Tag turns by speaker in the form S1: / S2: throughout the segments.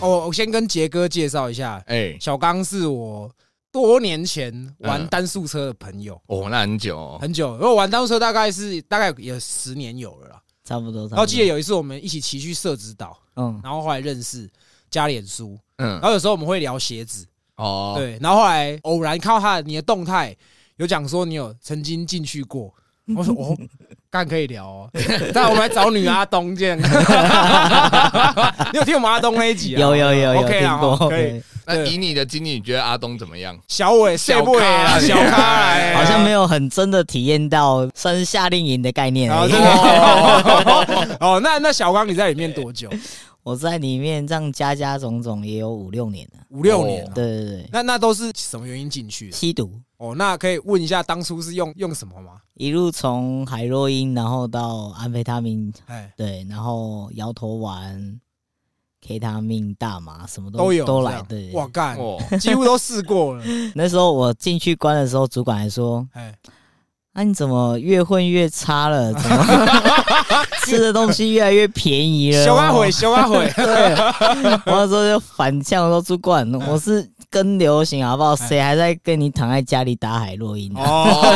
S1: 哦，我先跟杰哥介绍一下，
S2: 哎，
S1: 小刚是我多年前玩单速车的朋友，
S2: 哦，那很久哦，
S1: 很久，因为我玩单速车大概是大概有十年有了啦。
S3: 差不多。差不多
S1: 然后记得有一次我们一起骑去社子岛，
S3: 嗯，
S1: 然后后来认识加脸书，
S2: 嗯
S1: 然，后有时候我们会聊鞋子，
S2: 哦，，
S1: 对，然后后来偶然看到他的你的动态，有讲说你有曾经进去过。我说哦，干可以聊哦。 但我们来找女阿东见。 你有听我们阿东那一集啊？
S3: 有有有有
S1: OK
S3: 听
S1: 啦
S3: 过，
S1: 哦可以
S3: 对
S2: 那
S1: 对
S2: 以你的经历，你觉得阿东怎 么样？
S1: 小伟、小
S2: 小咖
S1: 伟啦，小咖哎来，
S3: 好像没
S1: 有。
S3: 有很真的体验到算是夏令营的概念哎
S1: 好
S3: 而已。
S1: 哎真的哦，那那小刚你在里面 多久？
S3: 我在里面这样加加种种也有五六年了。
S1: 五六年
S2: 哦
S1: 了。
S3: 对对对，
S1: 那那都是什么原因进去的？
S3: 吸毒
S1: 哦，那可以问一下当初是用用什么吗？
S3: 一路从海洛因，然后到安非他命，
S1: 哎，
S3: 对，然后摇头丸、K 他命、大麻什么都
S1: 都有
S3: 都
S1: 这
S3: 来。
S1: 样
S3: 对，
S1: 哇干，
S2: 哦，
S1: 几乎都试过了。
S3: 那时候我进去关的时候，主管还说
S1: 哎，：“
S3: 那、你怎么越混越差了？怎 么吃的东西越来越便宜了？”
S1: 小阿悔，小阿 悔。
S3: 对，我那时候就反呛说：“主管，我是跟流行好不好？谁还在跟你躺在家里打海洛因、啊？”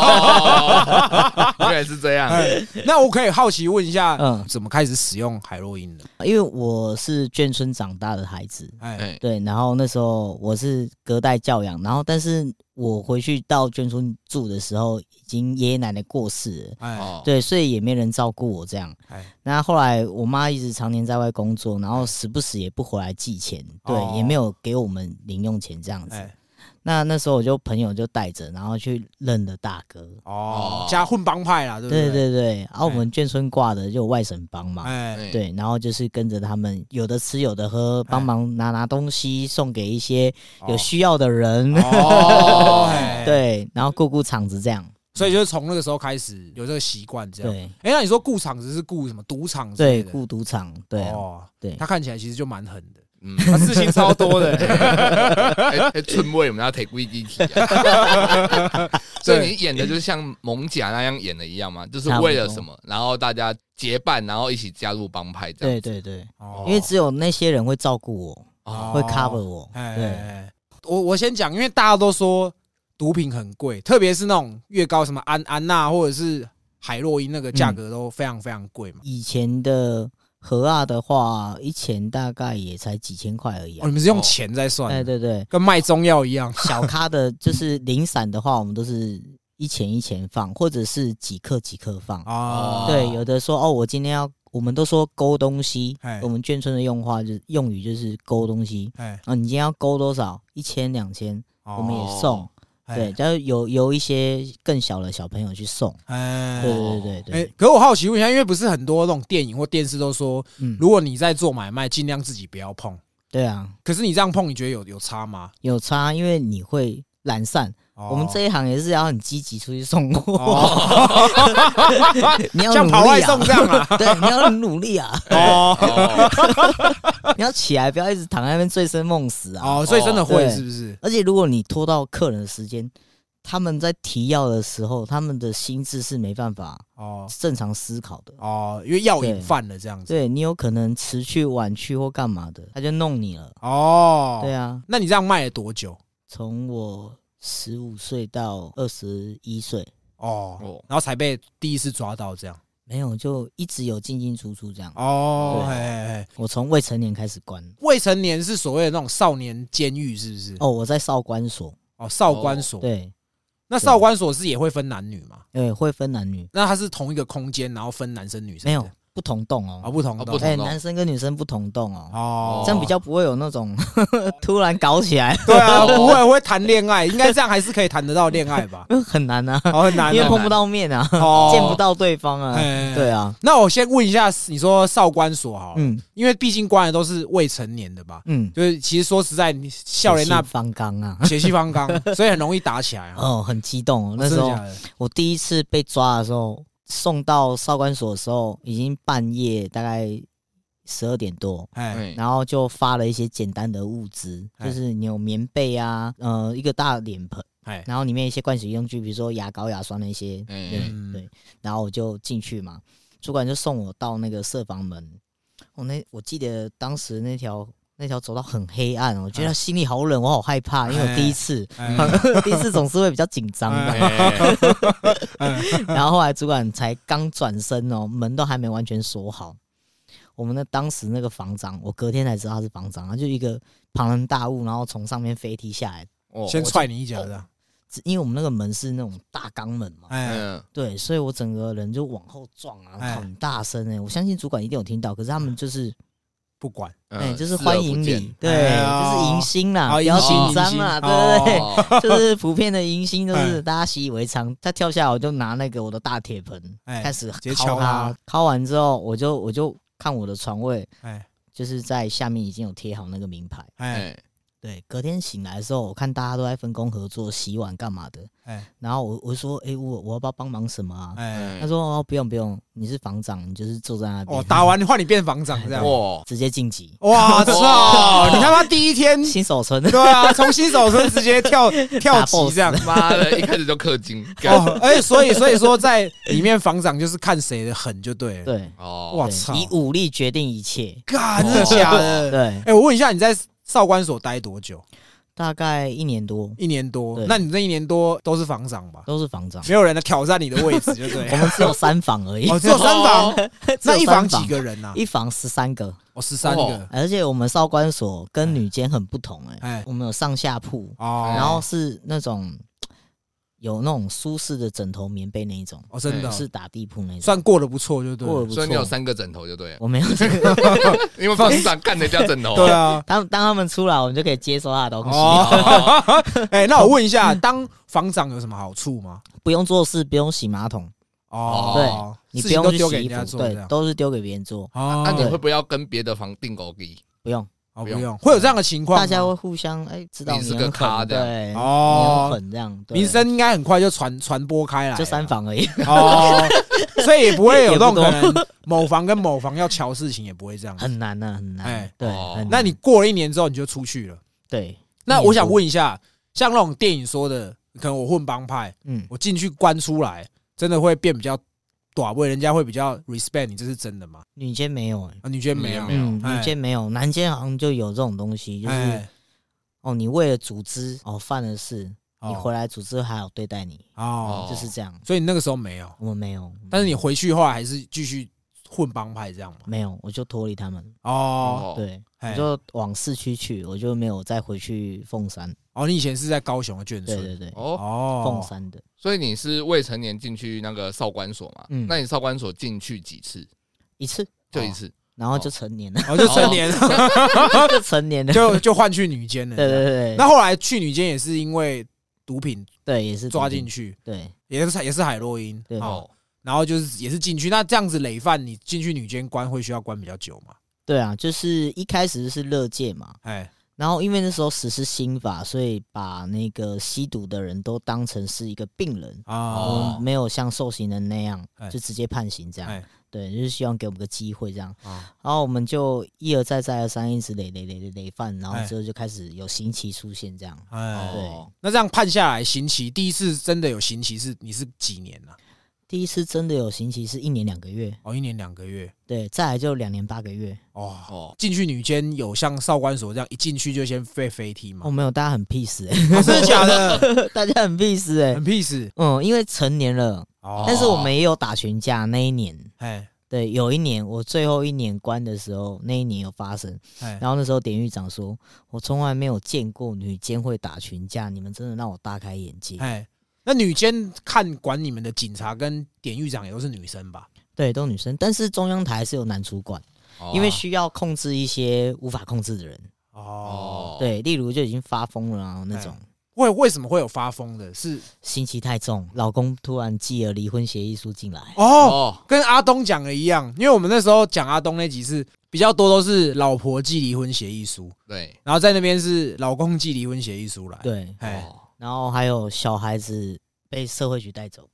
S2: 哦，原来是这样，
S1: 哦哎，那我可以好奇问一下，
S3: 嗯
S1: 怎么开始使用海洛因的？
S3: 因为我是眷村长大的孩子，
S1: 哎，
S2: 哎，
S3: 对，然后那时候我是隔代教养，然后但是我回去到眷村住的时候，已经爷爷奶奶过世了，
S1: 哎，
S2: 哦，
S3: 对，所以也没人照顾我这样
S1: 哎。
S3: 那后来我妈一直常年在外工作，然后时不时也不回来寄钱，对，
S1: 哦
S3: 也没有给我们零用钱这样子。
S1: 哎，
S3: 那那时候我就朋友就带着，然后去认了大哥。
S1: 哦
S2: 哦，
S1: 加混帮派啦，对不
S3: 对
S1: 对
S3: 对对，啊，我们眷村挂的就有外省帮嘛，
S1: 哎，
S3: 对，然后就是跟着他们，有的吃有的喝，帮
S1: 哎
S3: 忙拿拿东西送给一些有
S1: 哦
S3: 需要的人，
S2: 哦，
S1: 哎，
S3: 对，然后顾顾场子这样，
S1: 所以就是从那个时候开始有这个习惯，这样。
S3: 对
S1: 哎，那你说雇场子是雇什么赌场之类
S3: 对，
S1: 的？
S3: 顾赌场，对啊
S1: 哦，
S3: 对
S1: 他看起来其实就蛮狠的，
S2: 嗯，
S1: 他啊事情超多的。
S2: 哎，哎寸位我们要 take 规定题啊， 所以你演的就是像蒙甲那样演的一样嘛，就是为了什么，然后大家结伴，然后一起加入帮派这样
S3: 对
S2: 子，
S3: 对对，
S1: 哦
S3: 因为只有那些人会照顾我，
S2: 哦，
S3: 会 cover 我，
S1: 哎，
S3: 对，
S1: 哎我我先讲，因为大家都说毒品很贵，特别是那种越高什么安安娜或者是海洛因那个
S3: 嗯
S1: 价格都非常非常贵嘛。
S3: 以前的和啊的话，一钱大概也才几千块而已
S1: 哦，
S3: 啊
S1: 你，们是用钱在算的，
S3: 哎对对，
S1: 跟卖中药一样。
S3: 小咖的就是零散的话，我们都是一钱一钱放，或者是几克几克放。
S1: 哦，
S3: 对，有的说哦，我今天要，我们都说勾东西
S1: 哎，
S3: 我们眷村的用话就是用语就是勾东西。
S1: 哎，
S3: 啊，你今天要勾多少？一千、两千，我们也送。
S1: 哦
S3: 对，，但是有有一些更小的小朋友去送。
S1: 哎
S3: 对对对对
S1: 哎
S3: 对，，
S1: 可我好奇问一下，因为不是很多那种电影或电视都说，
S3: 嗯，
S1: 如果你在做买卖，尽量自己不要碰。
S3: 对啊，
S1: 可是你这样碰，你觉得有有差吗？
S3: 有差，因为你会懒散。我们这一行也是要很积极出去送货，
S1: 哦，
S3: 你要
S1: 像
S3: 努
S1: 跑
S3: 力
S1: 外送
S3: 啊。
S1: 这样 啊？
S3: 对，你要很努力啊！
S1: 哦
S2: 哦，
S3: 你要起来，不要一直躺在那边醉生梦死啊！
S1: 哦，所以真的会
S3: 对
S1: 是不是？
S3: 而且如果你拖到客人的时间，他们在提要的时候，他们的心智是没办法
S1: 哦
S3: 正常思考的。
S1: 哦，因为药瘾
S3: 对
S1: 犯了这样子。
S3: 对你有可能迟去晚去或干嘛的，他就弄你了。
S1: 哦，
S3: 对
S1: 啊。
S3: 啊，
S1: 那你这样卖了多久？
S3: 从我十五岁到二十一岁，
S1: 哦
S2: 哦，
S1: 然后才被第一次抓到这样。
S3: 没有就一直有进进出出这样。
S1: 哦，
S3: 对啊
S1: 嘿嘿嘿，
S3: 我从未成年开始关。
S1: 未成年是所谓的那种少年监狱，是不是？
S3: 哦，我在少管所，
S1: 哦，少管所。
S3: 对，
S1: 那少管所是也会分男女嘛？
S3: 对，会分男女，
S1: 那它是同一个空间，然后分男生女生的？
S3: 没有不同栋
S1: 啊，
S3: 哦。
S1: 不同
S2: 哦
S1: 的
S2: 不同
S3: 哎，
S2: 栋
S3: 男生跟女生不同栋哦，
S1: 哦，
S3: 这样比较不会有那种 突然搞起来，
S1: 对啊，不会会谈恋爱，应该这样还是可以谈得到恋爱 吧？
S3: 很难啊。
S1: 好很难
S3: 因为
S1: 哦，
S3: 碰不到面啊，
S1: 哦
S3: 见不。到对方啊。
S1: 哎
S3: 对啊，
S1: 那我先问一下，你说少管所好了，
S3: 嗯
S1: 因为毕竟关的都是未成年的吧？
S3: 嗯，
S1: 哦就是其实说实在，你笑
S3: 人
S1: 脸那
S3: 方刚啊，
S1: 血气方 刚，所以很容易打起来啊。
S3: 哦，很激动哦。那时
S1: 真的
S3: 候
S1: 假的
S3: 我第一次被抓的时候，送到少管所的时候，已经半夜大概十二点多。
S1: 哎
S2: 哎
S3: 然后就发了一些简单的物资，
S1: 哎
S3: 就是你有棉被啊，呃，一个大脸盆，
S1: 哎
S3: 然后里面一些盥洗用具，比如说牙膏、牙刷那些，对
S2: 嗯，
S1: 嗯
S3: 对。然后我就进去嘛，主管就送我到那个社房门。我那我记得当时那条那条走道很黑暗，哦我觉得心里好冷，我好害怕，因为我第一次，
S1: 哎
S3: 第一次总是会比较紧张的。
S2: 哎
S3: 然后后来主管才刚转身哦，门都还没完全锁好。我们的当时那个房长，我隔天才知道他是房长，他就一个庞然大物，然后从上面飞踢下来。
S2: 哦
S1: 嗯先踹你一脚的，
S3: 只因为我们那个门是那种大钢门嘛，
S1: 哎，
S2: 嗯，
S3: 对，所以我整个人就往后撞啊，
S1: 哎
S3: 很大声哎、我相信主管一定有听到，可是他们就是
S1: 不管，
S2: 嗯
S3: 哎、就是欢迎你，，对，
S1: 哎呦
S3: 就是迎新啦，
S1: 好
S3: 不要
S1: 迎
S3: 紧
S2: 新
S3: 张
S1: 迎
S3: 啦，
S1: 新
S3: 对对对，
S2: 哦
S3: 就是普遍的迎新都是
S1: 嗯
S3: 大家习以为常。他跳下来，我就拿那个我的大铁盆
S1: 哎
S3: 开始
S1: 直接
S3: 敲
S1: 敲
S3: 他
S1: 他，
S3: 敲完之后，我就我就看我的床位，
S1: 哎
S3: 就是在下面已经有贴好那个名牌。
S1: 哎
S2: 哎
S3: 对，隔天醒来的时候，我看大家都在分工合作、洗碗干嘛的，
S1: 哎
S3: 然后我我就说，哎、我我要不要帮忙什么啊？
S1: 哎，
S3: 他
S2: 哎，
S3: 说哦，不用不用，你是房长，你就是坐在那边，
S1: 哦，打完换你变房长这样，
S3: 哦
S2: 哇，
S3: 直接晋级，
S1: 哇操
S2: 哇，
S1: 你他妈第一 天，
S3: 新手村。
S1: 对啊，从新手村直接跳跳级这样，
S2: 妈的，一开始就氪金，干
S1: 哦，哎，所以所以说在里面房长就是看谁的狠就对了，
S3: 对，
S2: 哦，
S1: 哇
S3: 对
S1: 操，
S3: 以武力决定一切。
S1: 干真的假的？
S3: 对，
S1: 哎，我问一下，你在少管所待多久？
S3: 大概一年多
S1: 一年多
S3: 对，
S1: 那你那一年多都是房长吧？
S3: 都是房长，
S1: 没有人来挑战你的位置，就对
S3: 我
S1: 了。
S3: 们只有三房而已。
S1: 哦，只啊有三房，
S3: 只有
S1: 那一
S3: 三
S1: 房几？个人呐？
S3: 一房十三个，
S1: 哦，十三个
S2: 哦。
S3: 而且我们少管所跟女监很不同哎、
S1: 哎
S3: 我们有上下铺，
S1: 哦，
S3: 然后是那种有那种舒适的枕头、棉被那一种，
S1: 哦，真的
S3: 不
S1: 哦
S3: 是打地铺那种。
S1: 算过得不错，就对
S3: 过得
S1: 了。
S3: 不
S2: 所以你有
S3: 错，
S2: 三个枕头就对了，
S3: 我没有。
S2: 因为房长干人家枕头，
S1: 对 啊，
S3: 当当他们出来，我们就可以接收他的东西，
S1: 哦，
S2: 哦，
S1: 哎，那我问一
S3: 嗯
S1: 下，当房长有什么好处吗？
S3: 不用做事，不用洗马桶，
S1: 哦，
S3: 你不
S1: 事情
S3: 用
S1: 都
S3: 去
S1: 丢
S3: 洗
S1: 给
S3: 衣
S1: 人家
S3: 服，
S1: 做，这
S3: 对，
S1: 样
S3: 都是丢给别人做，
S1: 哦，
S2: 那你
S3: 对
S2: 会不会要跟别的房订狗币？
S3: 不用。
S1: 哦不
S2: 不用
S1: 用，会有这样的情况吗，
S3: 大家会互相哎知道
S2: 你
S3: 你
S2: 是个
S3: 很
S2: 咖
S3: 狠，
S2: 这样
S3: 对，你很
S1: 哦，
S3: 狠这样，对
S1: 名声应该很快就传传播开来，
S3: 就三房而已。
S1: 哦，所以也不会有那种可
S3: 也不
S1: 能某房跟某房要瞧事情，也不会这样。
S3: 很难呐，很难
S1: 哎。
S3: 对
S2: 哦，
S3: 很难
S1: 那你过了一年之后你就出去了，
S3: 对，
S1: 那我想问一下，像那种电影说的，可能我混帮派，
S3: 嗯，
S1: 我进去关出来，真的会变比较短位，人家会比较 respect 你，这是真的吗？
S3: 女监没有，哎
S1: 啊，你觉得没有
S2: 女？监
S3: 嗯，
S1: 哎
S3: 女监没有，男监好像就有这种东西，就是
S1: 哎，
S3: 哦，你为了组织哦犯了事，
S1: 哦
S3: 你回来组织还好对待你，
S1: 哦，
S3: 就是这样。
S1: 所以你那个时候没有，
S3: 我们没有，
S1: 但是你回去后来还是继续混帮派这样嘛？
S3: 没有，我就脱离他们，
S1: 哦，
S3: 对，我
S1: 哎，
S3: 就往市区去，我就没有再回去凤山。
S1: 哦，你以前是在高雄的眷
S3: 对
S1: 村，
S3: 对对，
S2: 哦，
S1: 哦
S3: 凤，山的
S2: 所以你是未成年进去那个少管所嘛？
S3: 嗯
S2: 那你少管所进去几次？
S3: 一次，
S2: 就一次，
S3: 然后就成年了，
S1: 哦，就成年了，
S3: 就成年了。
S1: 就就换去女监了。
S3: 对对对，
S1: 那
S3: 对
S1: 后来去女监也是因为毒品
S3: 对也是
S1: 抓
S3: 毒品
S1: 进，去，
S3: 对
S1: 也是也是海洛因，
S3: 对
S1: 哦
S2: 哦，
S1: 然后就是也是进去。那这样子累犯，你进去女监关会需要关比较久嘛？
S3: 对啊，就是一开始是乐界嘛，
S1: 哎，
S3: 然后因为那时候实施新法，所以把那个吸毒的人都当成是一个病人，
S1: 哦，
S3: 我们没有像受刑人那样
S1: 哎
S3: 就直接判刑这样。
S1: 哎
S3: 对，就是希望给我们个机会这样。
S1: 哦
S3: 然后我们就一而再再而三一直累累累累累犯，然后
S1: 哎
S3: 之后就开始有刑期出现这样。
S1: 哎，
S2: 哦，
S1: 那这样判下来刑期，第一次真的有刑期是你是几年呢？
S3: 第一次真的有刑期是一年两个月，
S1: 哦，一年两个月。
S3: 对，再来就两年八个月。
S1: 哦，
S2: 哦，
S1: 进去女监有像少管所这样一进去就先被飞踢吗？
S3: 哦，没有，大家很 peace 哎、
S1: 哦真的假 的？
S3: 大家很 peace 哎、
S1: 很 peace
S3: 嗯，因为成年了，
S1: 哦，
S3: 但是我们也有打群架那一年。
S1: 哎
S3: 对，有一年我最后一年关的时候，那一年有发生。
S1: 哎
S3: 然后那时候典狱长说：“我从来没有见过女监会打群架，你们真的让我大开眼界。
S1: 哎，那女监看管你们的警察跟典狱长也都是女生吧？”
S3: 对，都女生，但是中央台是有男主管，
S2: 哦
S3: 因为需要控制一些无法控制的人，
S1: 哦，哎
S2: 哦，
S3: 对，例如就已经发疯了啊那种，
S1: 为为什么会有发疯的？是
S3: 心机太重，老公突然寄了离婚协议书进来，
S1: 哦，
S2: 哦，
S1: 跟阿东讲的一样，因为我们那时候讲阿东那集是比较多都是老婆寄离婚协议书，
S2: 对，
S1: 然后在那边是老公寄离婚协议书来。，
S3: 对，
S1: 哎，
S2: 哦
S3: 然后还有小孩子被社会局带走，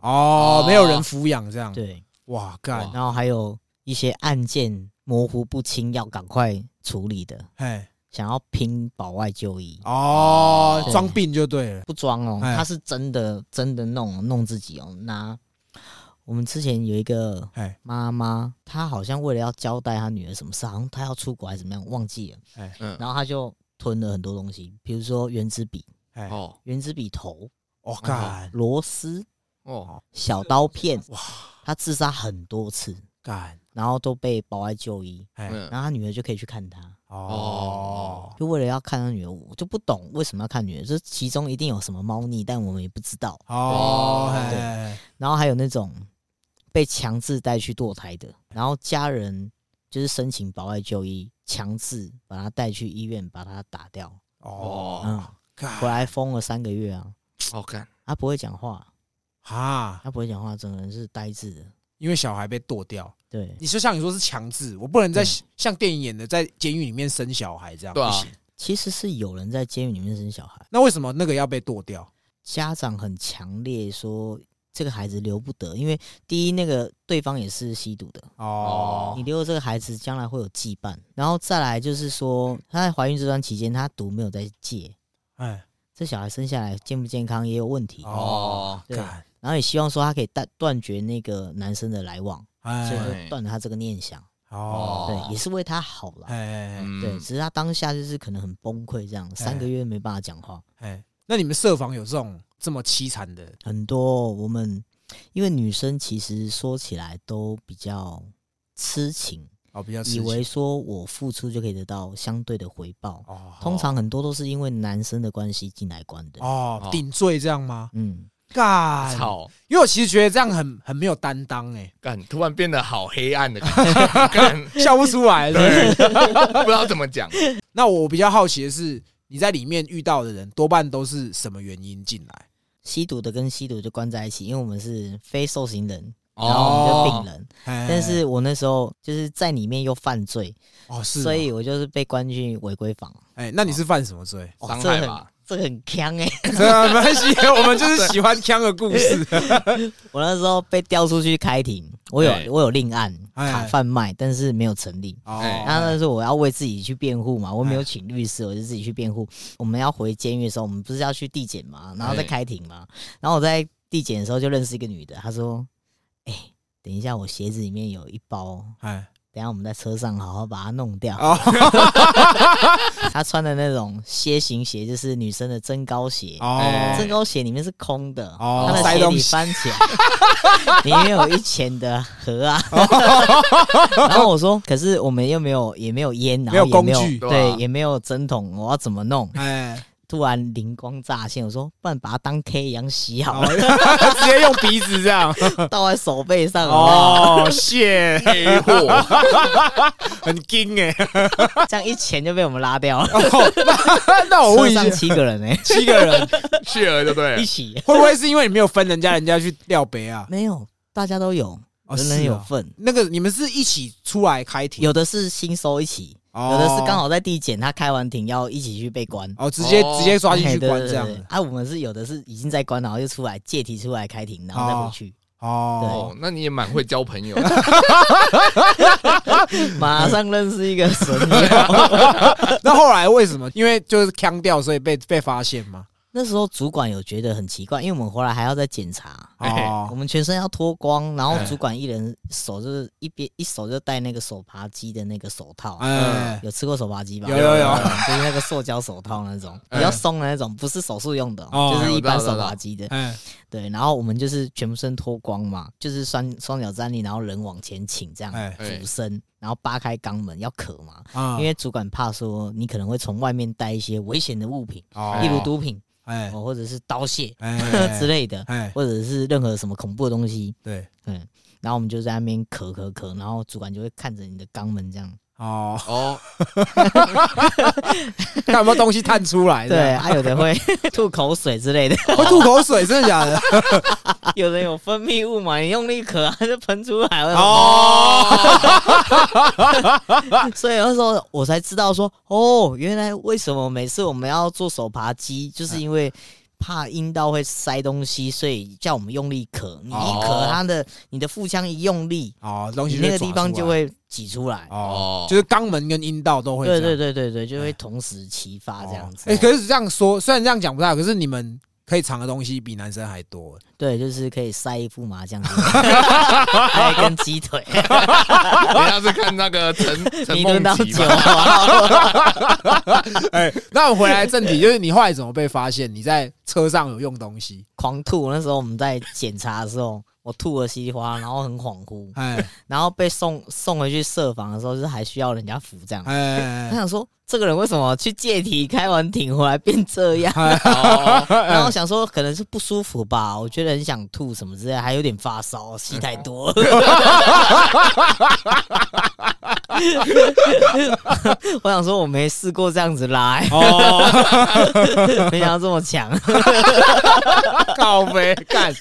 S1: 哦
S2: 哦，
S1: 没有人抚养这样。
S3: 对，
S1: 哇，干，
S3: 然后还有一些案件模糊不清，要赶快处理的，
S1: 哎，
S3: 想要拼保外就医。
S1: 哦，
S3: 对
S1: 装病就对了。
S3: 不装哦，
S1: 哎
S3: 他是真的真的弄弄自己哦，拿我们之前有一个
S1: 哎
S3: 妈妈，她好像为了要交代她女儿什么事，好像她要出国还是怎么样，忘记了。
S1: 哎
S2: 嗯
S3: 然后她就吞了很多东西，比如说圆珠笔、
S1: 哎，
S2: 哦
S3: 圆珠笔头、
S1: 我哦干
S3: 螺丝、
S2: 哦，
S3: 小刀片。
S1: 哇
S3: 她自杀很多次，
S1: 干，
S3: 然后都被保外就医，
S1: 哎
S2: 嗯
S3: 然后她女儿就可以去看她。
S1: 哦，
S3: 就为了要看她女儿，我就不懂为什么要看女儿，这其中一定有什么猫腻，但我们也不知道。
S1: 哦，
S2: 对
S1: 哎
S3: 然后还有那种被强制带去堕胎的，然后家人就是申请保外就医，强制把他带去医院把他打掉，
S1: 哦，
S2: 哦，
S3: 嗯，回
S1: 干
S3: 来疯了三个月啊，
S2: 好看，
S3: 他不会讲话，
S1: 啊，
S3: 他不会讲话，整个人是呆滞的，
S1: 因为小孩被剁掉，
S3: 对，
S1: 你说像你说是强制，我不能在
S3: 对
S1: 像电影演的在监狱里面生小孩这样，
S2: 对啊
S1: 不行
S3: 其实是有人在监狱里面生小孩，
S1: 那为什么那个要被剁掉？
S3: 家长很强烈说。这个孩子留不得，因为第一，那个对方也是吸毒的，
S1: 哦
S3: 你留了这个孩子，将来会有羁绊。然后再来就是说，她在怀孕这段期间，她毒没有在戒，
S1: 哎，
S3: 这小孩生下来健不健康也有问题，
S1: 哦，
S3: 对
S1: 干，
S3: 然后也希望说他可以断断绝那个男生的来往，所以
S1: 哎，
S3: 就断了他这个念想，
S1: 哦，
S3: 对，也是为他好啦。
S1: 哎哎
S2: 嗯
S3: 对，只是他当下就是可能很崩溃，这样三个月没办法讲话，
S1: 哎，那你们社房有这种这么凄惨的？
S3: 很多我们因为女生其实说起来都比较痴情，
S1: 哦，比较刺
S3: 以
S1: 激
S3: 为说我付出就可以得到相对的回报，
S1: 哦，
S3: 通常很多都是因为男生的关系进来关的，
S1: 哦顶罪这样吗？
S3: 嗯，
S1: 干，
S2: 操，
S1: 因为我其实觉得这样很很没有担当哎，
S2: 干，突然变得好黑暗的感 觉，干，
S1: 笑不出来。是不是
S2: 对，不知道怎么讲，
S1: 那我比较好奇的是，你在里面遇到的人多半都是什么原因进来？
S3: 吸毒的跟吸毒就关在一起，因为我们是非受刑人，然后我们就
S2: 哦
S3: 病，人。
S1: 哎
S3: 但是我那时候就是在里面又犯罪，
S1: 哦是哦，
S3: 所以我就是被关进违规房。
S1: 哎，那你是犯什么 罪？
S3: 哦
S2: 伤
S3: 这
S2: 害
S3: 很
S2: 吧
S3: 这很坑哎、
S1: 这没关系，我们就是喜欢腔的故事。
S3: 我那时候被调出去开庭，我有
S2: 哎
S3: 我有另案
S1: 哎
S3: 卡贩卖，但是没有成立。
S1: 哦哎
S2: 哎
S3: 然后那时候我要为自己去辩护嘛，我没有请律师，我就自己去辩护。我们要回监狱的时候，我们不是要去地检嘛，然后再
S2: 哎
S3: 开庭嘛。然后我在地检的时候就认识一个女的，她说：“哎、等一下，我鞋子里面有一包，
S1: 哎
S3: 等一下我们在车上好好把它弄掉。”
S1: 哦，
S3: 他穿的那种楔形鞋，就是女生的增高鞋。
S1: 哦
S2: 哎
S3: 增高鞋里面是空的，
S1: 哦
S3: 他的
S1: 塞
S3: 鞋
S1: 东
S3: 底
S1: 西
S3: 翻起 来，里面有一钱的盒啊。然后我说，可是我们又没有，也没有烟，然后
S1: 没有
S3: 也
S1: 工
S3: 没有
S1: 具
S2: 对
S3: 对
S2: 啊，
S3: 也没有针筒，我要怎么弄？
S1: 哎，
S3: 突然灵光乍现，我说，不然把它当 K 一样洗好了，
S1: 哦 直接用鼻子这 样。
S3: 倒在手背上好不好，
S1: 哦，谢，
S2: 黑货，
S1: 很惊 哎。
S3: 这样一钱就被我们拉掉了。
S1: 哦那那我
S3: 车
S1: 问一下
S3: 上，七个 人哎，
S1: 七个人
S2: 谢了，对 不
S3: 一
S2: 对？
S3: 起
S1: 会不会是因为你没有分人家，人家去廖杯啊？
S3: 没有，大家都有，
S1: 哦
S3: 人人
S1: 是
S3: 有
S1: 哦
S3: 份。
S1: 那个你们是一起出来开庭，
S3: 有的是新收一起，
S1: 哦
S3: 有的是刚好在地检，他开完庭要一起去被关，
S1: 哦，直接
S2: 哦
S1: 直接抓进去
S3: 嘿对
S1: 关
S3: 对
S1: 这样
S3: 对
S1: 的
S3: 啊，我们是有的是已经在关，然后就出来借题出来开庭，然后再回去，
S1: 哦
S2: 哦，那你也蛮会交朋友 的，
S1: 哦
S3: 马上认识一个神 友。
S1: 那后来为什么？因为就是腔调，所以被被发现 嘛。
S3: 那时候主管有觉得很奇怪，因为我们回来还要再检查。我
S1: 哦
S3: 们全身要脱光，然后
S1: 哎
S3: 主管一人手就是一边一手就戴那个手扒鸡的那个手套，
S1: 哎
S3: 有吃过手扒鸡吧？
S1: 有有有 哎
S3: 就是那个塑胶手套那种，比较松的那种，不是手术用的哦，
S1: 哦
S3: 就是一般
S2: 我知道
S3: 手扒鸡的。
S1: 哎
S3: 对，然后我们就是全部身脱光嘛，就是双双脚站立，然后人往前倾这样，
S1: 哎
S2: 哎
S3: 俯身，然后扒开肛门要咳嘛，
S1: 啊
S3: 因为主管怕说你可能会从外面带一些危险的物品，
S1: 哦
S3: 例如毒品
S1: 哎
S3: 哦，或者是刀械
S1: 哎
S3: 之类的，
S1: 哎
S3: 或者是任何什么恐怖的东西，
S1: 对
S3: 嗯，然后我们就在那边咳咳咳，然后主管就会看着你的肛门这样，
S1: 哦，
S2: 哦，
S1: 看有没有东西探出来。哎这
S3: 对，
S1: 样
S3: 啊，有的会 吐口水之类的，
S1: 会吐口水，真的假的？
S3: 有的有分泌物嘛，你用力咳、啊、就喷出来了。
S1: 哦，
S3: 所以那时候我才知道说，哦，原来为什么每次我们要做手扒鸡，就是因为怕阴道会塞东西，所以叫我们用力咳。你一咳，
S2: 哦
S3: 它的你的腹腔一用力，
S1: 哦，东
S3: 你
S1: 西
S3: 那
S1: 会
S3: 个
S1: 抓
S3: 地方就
S1: 出来
S3: 会挤出来。
S1: 哦
S2: 哦，
S1: 就是肛门跟阴道都会
S3: 对
S1: 这样。
S3: 对
S1: 哎哦
S3: 对对对，就会同时齐发这样子。
S1: 哎，可是这样说，虽然这样讲不太好，可是你们可以藏的东西比男生还多。
S3: 对，就是可以塞一副麻将桌，还有一根 鸡腿，
S2: 你哦要是看那个陈陈
S3: 你
S2: 梦
S3: 蹲到
S2: 琪
S3: 九
S2: 嘛，
S3: 啊，
S1: 哎，那我们回来正题，就是你后来怎么被发现你在车上有用东西？
S3: 狂吐。那时候我们在检查的时候，我吐的稀里哗啦，然后很恍惚，
S1: 哎
S3: 然后被送送回去设防的时候，就是还需要人家扶这样。
S1: 哎
S3: 他想说，这个人为什么去借题开完艇回来变这 样？
S2: 哦
S3: 然后我想说，可能是不舒服吧，我觉得很想吐什么之类，还有点发烧，吸太多。 我想说，我没试过这样子拉、欸，
S1: 哦，
S3: 没想到这么强。
S1: 靠呗，干！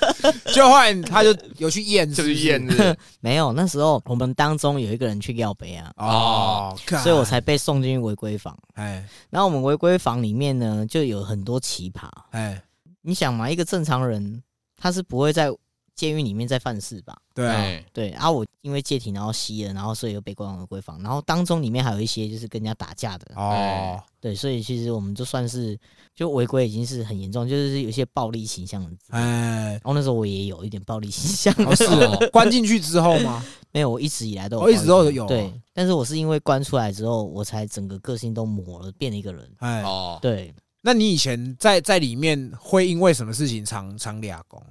S1: 就后来他就有去验，
S2: 就
S1: 不
S2: 是
S1: 是
S2: 燕子
S3: 没有，那时候我们当中有一个人去要杯啊，
S1: 哦，干
S3: 所以我才被送进违规房。
S1: 哎
S3: 然后我们违规房里面呢，就有很多奇葩。
S1: 哎
S3: 你想嘛，一个正常人他是不会在监狱里面再犯事吧？
S1: 对啊
S2: 对，
S3: 对啊，我因为戒体然后吸了，然后所以又被关往归房，然后当中里面还有一些就是跟人家打架的，
S1: 哦
S3: 对，所以其实我们就算是就违规已经是很严重，就是有一些暴力倾向的。哦
S1: 哎，
S3: 然后那时候我也有一点暴力倾向，
S1: 哦是哦， 关进去之后吗？
S3: 没有，我一直以来都有
S1: 哦
S3: 暴力
S1: 一直都
S3: 倾向
S1: 有
S3: 对，但是我是因为关出来之后，我才整个个性都磨了，变了一个人。
S1: 哎，
S2: 哦，
S3: 对，
S1: 那你以前在在里面会因为什么事情常常俩工？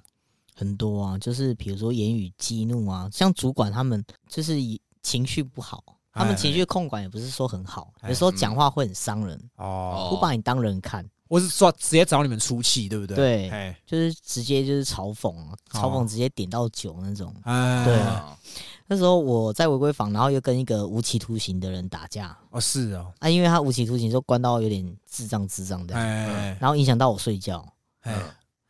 S3: 很多啊，就是比如说言语激怒啊，像主管他们就是以情绪不好，他
S1: 哎
S3: 们情绪控管也不是说很好，
S1: 哎
S3: 有时候
S2: 嗯
S3: 讲话会很伤人，
S1: 哦，
S3: 不把你当人看。
S1: 我是说直接找你们出气，对不对？
S3: 对
S1: 哎
S3: 就是直接就是嘲讽啊，
S1: 哦
S3: 嘲讽直接点到九那种。
S1: 哎，
S3: 对啊
S2: 哦
S3: 那时候我在违规房，然后又跟一个无期徒刑的人打架
S1: 哦是哦，
S3: 啊，因为他无期徒刑就关到有点智障智障的，
S1: 哎
S3: 然后影响到我睡觉，
S1: 哎，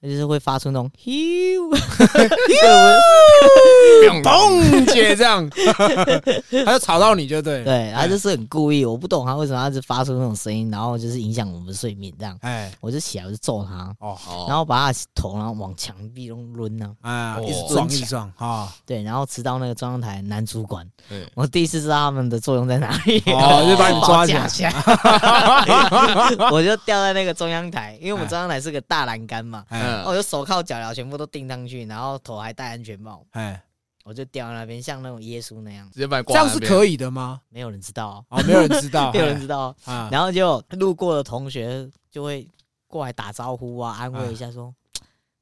S3: 他就是会发出那种咻，
S1: 嗯嘣姐这 样，他就吵到你就对了，
S3: 对，他就是很故意，我不懂他为什么要一直发出那种声音，然后就是影响我们睡眠这样，
S1: 哎
S3: 我就起来我就揍他，
S1: 哦
S2: 哦
S3: 然后把他头然后往墙壁中抡啊，
S1: 啊，
S2: 哦
S1: 一直撞一直撞啊，
S3: 对，然后直到那个中央台男主管，
S2: 对
S3: 我第一次知道他们的作用在哪里，
S1: 哦就把你 抓起来
S3: 架起来。 我就吊在那个中央台，因为我们中央台是个大栏杆嘛，哦
S1: 哎
S2: 嗯
S3: 我就手铐脚镣全部都钉上去，然后头还戴安全帽，
S1: 哎，
S3: 我就吊在那边，像那种耶稣那样，
S2: 直接把你
S1: 这
S2: 挂
S1: 样
S2: 在
S1: 是
S2: 那边
S1: 可以的吗？
S3: 没有人知道哦，
S1: 哦，没有人知道，
S3: 没有人知道哦。
S1: 道啊，
S3: 然后就路过的同学就会过来打招呼啊，安慰一下说，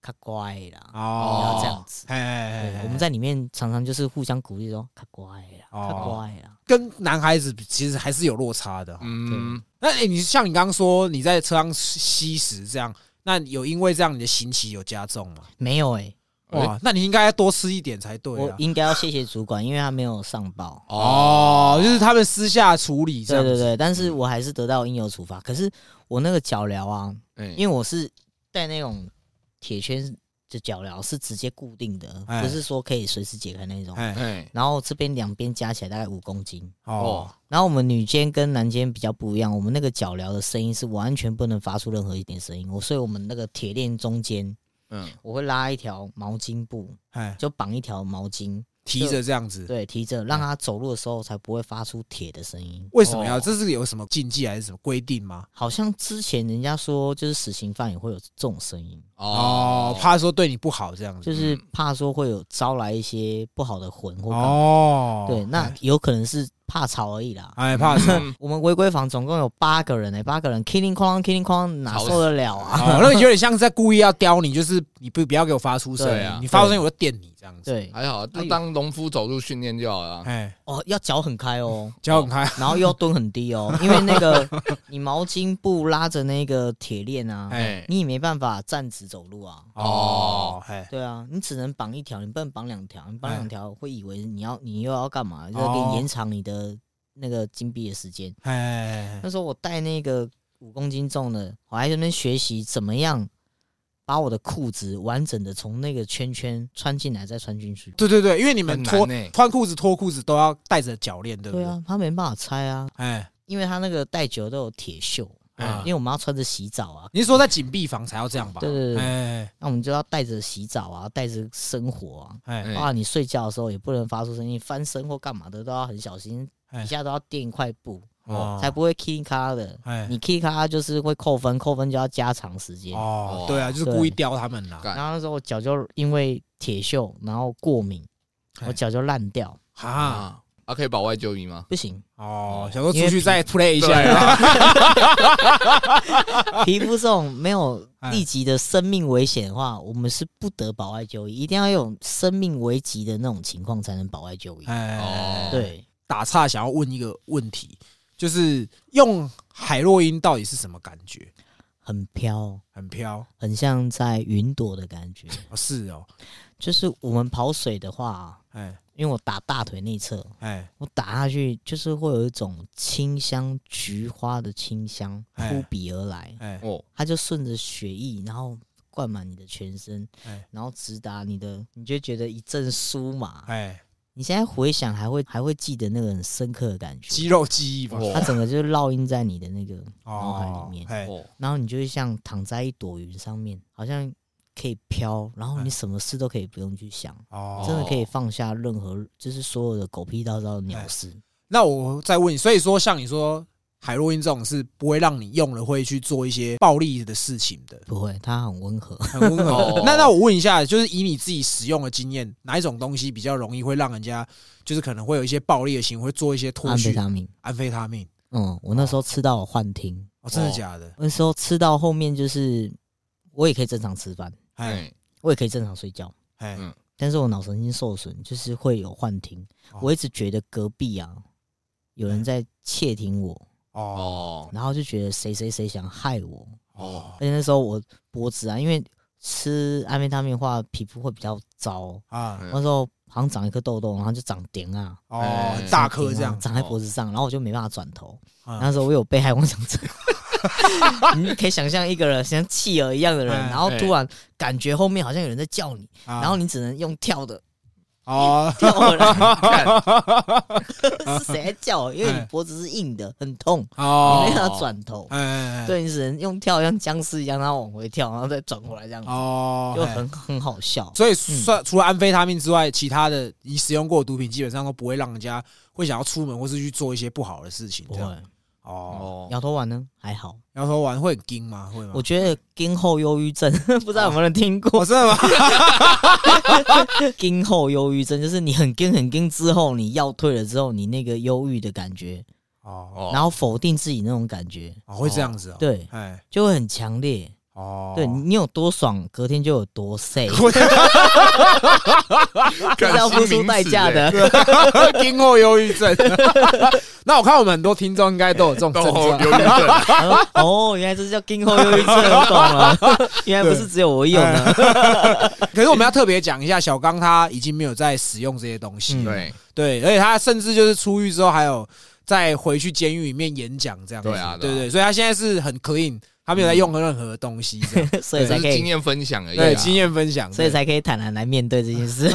S3: 他乖啦，不要
S1: 哦，
S3: 这样子。
S1: 哎哎哎
S3: 对，
S1: 哎
S3: 我们在里面常常就是互相鼓励说，他乖啦，他
S1: 哦
S3: 乖啦。
S1: 跟男孩子比其实还是有落差的哦。
S2: 嗯，
S1: 那哎，你像你刚刚说你在车上吸食这样，那有因为这样你的刑期有加重吗？
S3: 没有哎、
S1: 哇，那你应该多吃一点才对
S3: 我
S1: 啊。
S3: 应该要谢谢主管，因为他没有上报。
S1: 哦，就是他们私下处理 这
S3: 对
S1: 样
S3: 对
S1: 子。嗯
S3: 对，但是我还是得到应有处罚。可是我那个脚镣啊，
S2: 哎
S3: 因为我是戴那种铁圈的脚镣，是直接固定的，
S1: 哎
S3: 不是说可以随时解开那种。
S1: 哎，
S2: 哎
S3: 然后这边两边加起来大概五公斤。
S1: 哦，
S3: 然后我们女监跟男监比较不一样，我们那个脚镣的声音是完全不能发出任何一点声音。我所以我们那个铁链中间，
S2: 嗯
S3: 我会拉一条毛巾布，
S1: 哎，
S3: 就绑一条毛巾，
S1: 提着这样子，
S3: 对，提着让他走路的时候才不会发出铁的声音。
S1: 为什么要？
S2: 哦
S1: 这是有什么禁忌还是什么规定吗？
S3: 好像之前人家说，就是死刑犯也会有这种声音，
S2: 嗯
S1: 哦，怕说对你不好这样子。
S3: 就是怕说会有招来一些不好的魂或干嘛。
S1: 哦，
S3: 对，那有可能是怕吵而已啦。
S1: 哎怕什么？
S2: 嗯
S3: 我们违规房总共有八个人呢、欸八个人 killing 哐 killing 哐，哪
S2: 吵死
S3: 受得了啊？
S1: 哦，那有点像是在故意要刁你，就是你不不要给我发出声
S2: 对啊
S1: 音，你发出声音我就电你这样子。
S3: 对，
S2: 还好，就当农夫走路训练就好了。
S1: 哎，
S3: 哦，要脚很开哦，
S1: 脚很开，
S3: 然后又要蹲很低哦，因为那个你毛巾布拉着那个铁链啊，
S2: 哎，
S3: 你也没办法站直走路啊。
S1: 哦，哎，
S3: 对啊，你只能绑一条，你不能绑两条。你绑
S1: 哎
S3: 两条会以为你要你又要干嘛，就要给
S1: 哦
S3: 你延长你的那个禁闭的时间。
S1: 哎，
S3: 那时候我带那个五公斤重的，我还在那边学习怎么样把我的裤子完整的从那个圈圈穿进来再穿进去。
S1: 对对对，因为你们
S2: 很
S1: 脱
S2: 难呢
S1: 穿裤子、脱裤子都要带着脚链，对不
S3: 对
S1: 对？
S3: 啊，他没办法拆啊，
S1: 哎，
S3: 因为他那个带久了都有铁锈，
S1: 啊
S2: 嗯
S3: 因为我们要穿着洗澡啊，
S1: 你是说在紧闭房才要这样吧？
S3: 对对对对
S1: 哎
S3: 那我们就要带着洗澡啊，带着生活啊。
S1: 哎
S2: 哎
S3: 啊，你睡觉的时候也不能发出声音，翻身或干嘛的都要很小心，
S1: 哎
S3: 底下都要垫一块
S1: 哦
S3: 布。嗯才不会 k i 咔的。
S1: 哎
S3: 你 k i 咔就是会扣分，扣分就要加长时间。
S1: 哦
S2: 哦，
S1: 对啊，就是故意刁他们啦。
S2: 干
S3: 然后那时候我脚就因为铁锈，然后过敏，
S1: 哎
S3: 我脚就烂掉，
S1: 哈，
S2: 啊啊！可以保外就医吗？
S3: 不行，
S1: 哦，想说出去再 play 一
S2: 对
S1: 下，
S2: 啊，
S3: 皮肤这种没有
S1: 哎
S3: 立即的生命危险的话，我们是不得保外就医，一定要有生命危急的那种情况才能保外就医。
S1: 哎
S2: 哦，
S3: 对，
S1: 打岔，想要问一个问题，就是用海洛因到底是什么感觉？
S3: 很飘，
S1: 很飘，
S3: 很像在云朵的感觉。
S1: 哦是哦，
S3: 就是我们跑水的话，
S1: 哎
S3: 因为我打大腿内侧，
S1: 哎
S3: 我打下去就是会有一种清香，菊花的清香
S1: 哎
S3: 扑鼻而来，
S1: 哎
S2: 哦，
S3: 它就顺着血液，然后灌满你的全身
S1: 哎，
S3: 然后直达你的，你就觉得一阵酥麻。
S1: 哎，
S3: 你现在回想还会还会记得那个很深刻的感觉，
S1: 肌肉记忆吧，
S2: 哦
S3: 它整个就是烙印在你的那个，脑海
S1: 哦
S3: 里，面
S1: 哎
S2: 哦，
S3: 然后你就会像躺在一朵云上面，好像可以飘，然后你
S1: 哎
S3: 什么事都可以不用去想。
S1: 哦，哎
S3: 真的可以放下任何，就是所有的狗屁叨叨的鸟事。
S1: 那我再问你，所以说像你说海洛因这种是不会让你用了会去做一些暴力的事情的，
S3: 不会，它很温和。
S1: 很温和
S2: 哦。
S1: 那那我问一下，就是以你自己使用的经验，哪一种东西比较容易会让人家就是可能会有一些暴力的行为，会做一些脱
S3: 安非
S1: 序？
S3: 他命，
S1: 安非他命？
S3: 嗯，我那时候吃到我幻听，
S1: 哦，真的假的？
S3: 那时候吃到后面就是我也可以正常吃饭，
S1: 哎
S2: 哎，
S3: 我也可以正常睡觉，
S1: 哎
S2: 嗯
S3: 但是我脑神经受损，就是会有幻听
S1: 哦。哎
S3: 我一直觉得隔壁啊有人在窃听我，
S1: 哦
S2: 哦
S3: 然后就觉得谁谁谁想害我，
S1: 哦
S3: 而且那时候我脖子啊，因为吃安非他命的话，皮肤会比较糟。
S1: 啊
S3: 那时候好像长一颗痘痘，然后就长点啊，
S1: 哦
S2: 哎，
S1: 很大颗这样。哦
S3: 长在脖子上，然后我就没办法转头。
S1: 嗯
S3: 那时候我有被害妄想症， 你可以想象一个人像企鹅一样的人，
S1: 哎
S3: 然后突然感觉后面好像有人在叫你，
S1: 啊
S3: 然后你只能用跳的
S1: 哦
S3: 跳 回来，
S2: 看
S3: 是谁在叫我？因为你
S1: 哎
S3: 脖子是硬的，很痛，你没
S1: 哦，
S3: 办法转头，
S1: 哎哎哎
S3: 对你只能用跳，像僵尸一样，然后往回跳，然后再转过来这样子，
S1: 哦，
S3: 就
S1: 哎
S3: 很嗯很好笑。
S1: 所以算除了安非他命之外，其他的你使用过的毒品基本上都不会让人家会想要出门或是去做一些不好的事情。
S3: 不
S1: 这样
S3: 会，
S1: 哦，
S2: 哦，
S3: 摇头丸呢还好，
S1: 摇头丸会很惊吗？会吗哦
S3: 我？觉得今后忧郁症 不知道有没有人听过
S1: 我，真的吗？
S3: 惊后忧郁症，就是你很惊很惊之后，你药退了之后，你那个忧郁的感觉，
S1: 哦，
S2: 哦
S3: 然后否定自己那种感觉，
S1: 哦会这样子哦。，
S3: 对，
S1: 哎，
S3: 就会很强烈。
S1: 哦，
S3: 对你有多爽，隔天就有多 say，这
S2: 干
S3: 是要付出代价，
S2: 欸
S3: 的。
S1: 今后忧郁症。 那我看我们很多听众应该都有这种症
S2: 都
S1: 状。
S2: 忧郁
S3: 啊
S2: 症，
S3: 哦，原来这是叫惊后忧郁症，我懂了。原来不是只有我有呢。
S1: 啊可是我们要特别讲一下，小刚他已经没有在使用这些东西
S3: 嗯
S1: 了，
S2: 对
S1: 对，而且他甚至就是出狱之后还有再回去监狱里面演讲这样子，
S2: 对啊对
S1: 对
S2: 啊嗯
S1: 对，所以他现在是很 clean，他没有在用任何的东西这 样，
S3: 所以
S2: 只
S3: 才
S2: 是
S3: 可
S2: 经
S3: 以，
S2: 验分享而已啊，
S1: 对，经验分享，
S3: 所以
S1: 对。
S3: 才可以坦然来面对这件事。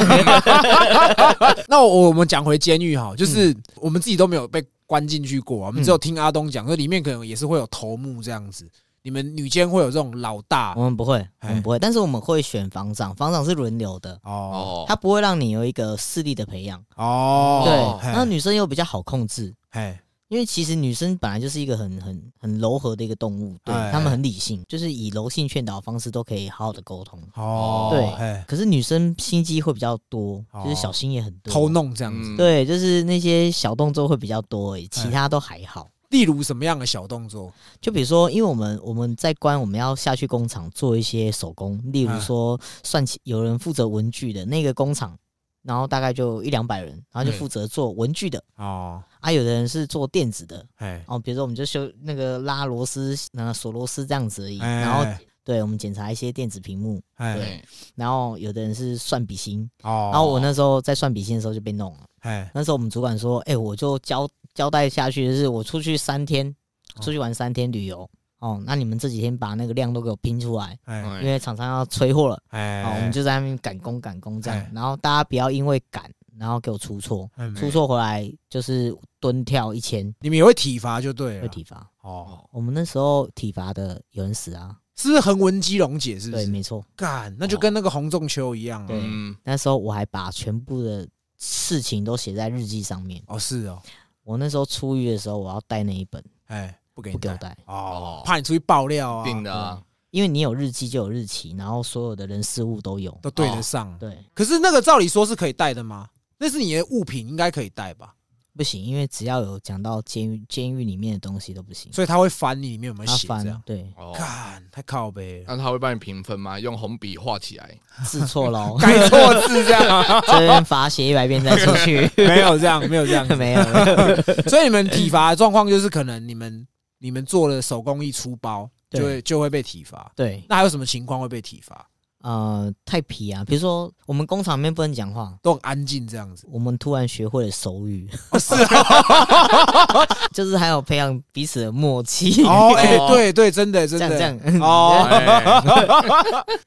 S1: 那我我们讲回监狱哈，就是
S2: 嗯
S1: 我们自己都没有被关进去过啊，我们只有听阿东讲，说里面可能也是会有头目这样子，你们女监会有这种老大
S2: 哦
S3: 我们不会，我
S1: 哎
S3: 们不会，但是我们会选房长，房长是轮流的，
S1: 哦
S2: 哦
S3: 他不会让你有一个势力的培养。
S1: 哦，
S3: 对，那女生又比较好控制，
S1: 哎
S3: 因为其实女生本来就是一个很很很柔和的一个动物，对
S1: 哎
S3: 她们很理性，就是以柔性劝导的方式都可以好好的沟通。
S1: 哦
S3: 对
S1: 哎
S3: 可是女生心机会比较多，
S1: 哦
S3: 就是小心也很多，
S1: 偷弄这样子，
S2: 嗯
S3: 对，就是那些小动作会比较多而已，
S1: 哎
S3: 其他都还好。
S1: 例如什么样的小动作？
S3: 就比如说，因为我们我们在关，我们要下去工厂做一些手工，例
S1: 哎
S3: 如说算起有人负责文具的那个工厂，然后大概就一两百人，然后就
S2: 嗯
S3: 负责做文具的，
S1: 哦，
S3: 啊，有的人是做电子的，
S1: 哎
S3: 哦，比如说我们就修那个拉螺丝、那锁螺丝这样子而已。
S1: 哎
S3: 哦然后对我们检查一些电子屏幕，
S1: 哎
S2: 对
S3: 然后有的人是算笔芯，
S1: 哦，
S3: 然后我那时候在算笔芯的时候就被弄了。
S1: 哎
S3: 那时候我们主管说：“哎、我就交交代下去，就是我出去三天，
S1: 哦
S3: 出去玩三天旅游。”哦，那你们这几天把那个量都给我拼出来，
S1: 哎
S3: 因为厂商要催货了，
S1: 哎，
S3: 嗯哦，我们就在那边赶工赶工这
S1: 哎
S3: 样，然后大家不要因为赶，然后给我出错，
S1: 哎
S3: 出错回来就是蹲跳一千
S1: 你们也会体罚就对了，啊
S3: 会体罚，
S1: 哦，
S3: 我们那时候体罚的有人死啊，
S1: 是不是横纹肌溶解？是不
S3: 对，
S1: 是？
S3: 没错。
S1: 干，那就跟那个洪仲秋一样啊。
S3: 对
S2: 嗯，
S3: 那时候我还把全部的事情都写在日记上面，
S1: 哦，是哦，
S3: 我那时候出狱的时候，我要带那一本，
S1: 哎，不给
S3: 不
S1: 你
S3: 给我
S1: 带
S3: 带，
S1: 哦
S2: 哦，
S1: 怕你出去爆料啊，
S2: 定的啊，
S3: 因为你有日期就有日期，然后所有的人事物都有。
S1: 都对得上。
S3: 哦对，
S1: 可是那个照理说是可以带的吗？那是你的物品，应该可以带吧？
S3: 不行，因为只要有讲到监狱监狱里面的东西都不行。
S1: 所以他会翻你里面有没有
S3: 嗯他
S1: 写这
S3: 翻啊
S1: 样。
S3: 对
S2: 哦，
S1: 看，太靠背了，，
S2: 那他会帮你评分吗？用红笔画起来，
S3: 字错喽
S1: 改错字这样，
S3: 这边罚写一百遍再出去，
S1: 没有这样，没有这样。
S3: 没有没有
S1: 所以你们体罚的状况就是，可能你们你们做了手工艺出包，
S3: 对
S1: 就会就会被体罚。
S3: 对，
S1: 那还有什么情况会被体罚？
S3: 呃，太皮啊！比如说我们工厂里面不能讲话，
S1: 都很安静这样子，
S3: 我们突然学会了手语，
S1: 哦是啊
S3: 就是还有培养彼此的默契。
S1: 哦，哎，
S2: 哦
S1: 对对，真的真
S3: 这样这
S1: 的，
S3: 样 嗯
S1: 哦
S2: 哎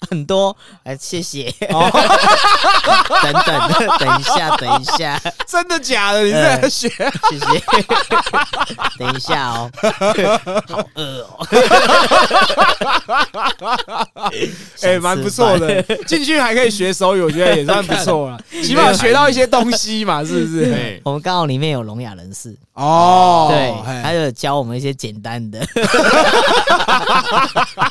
S3: 很多，哎，谢谢。
S1: 哦，
S3: 等等等一下，等一下，
S1: 真的假的？你是在学？
S3: 谢谢。 等一下哦，好饿 哦。
S1: 哎，蛮不错的， 进去还可以学手语，我觉得也算不错了，起码学到一些东西嘛，是不是？
S2: 哎
S3: 我们刚好里面有聋哑人士，
S1: 哦，
S3: 对，
S1: 嘿
S3: 他就教我们一些简单的，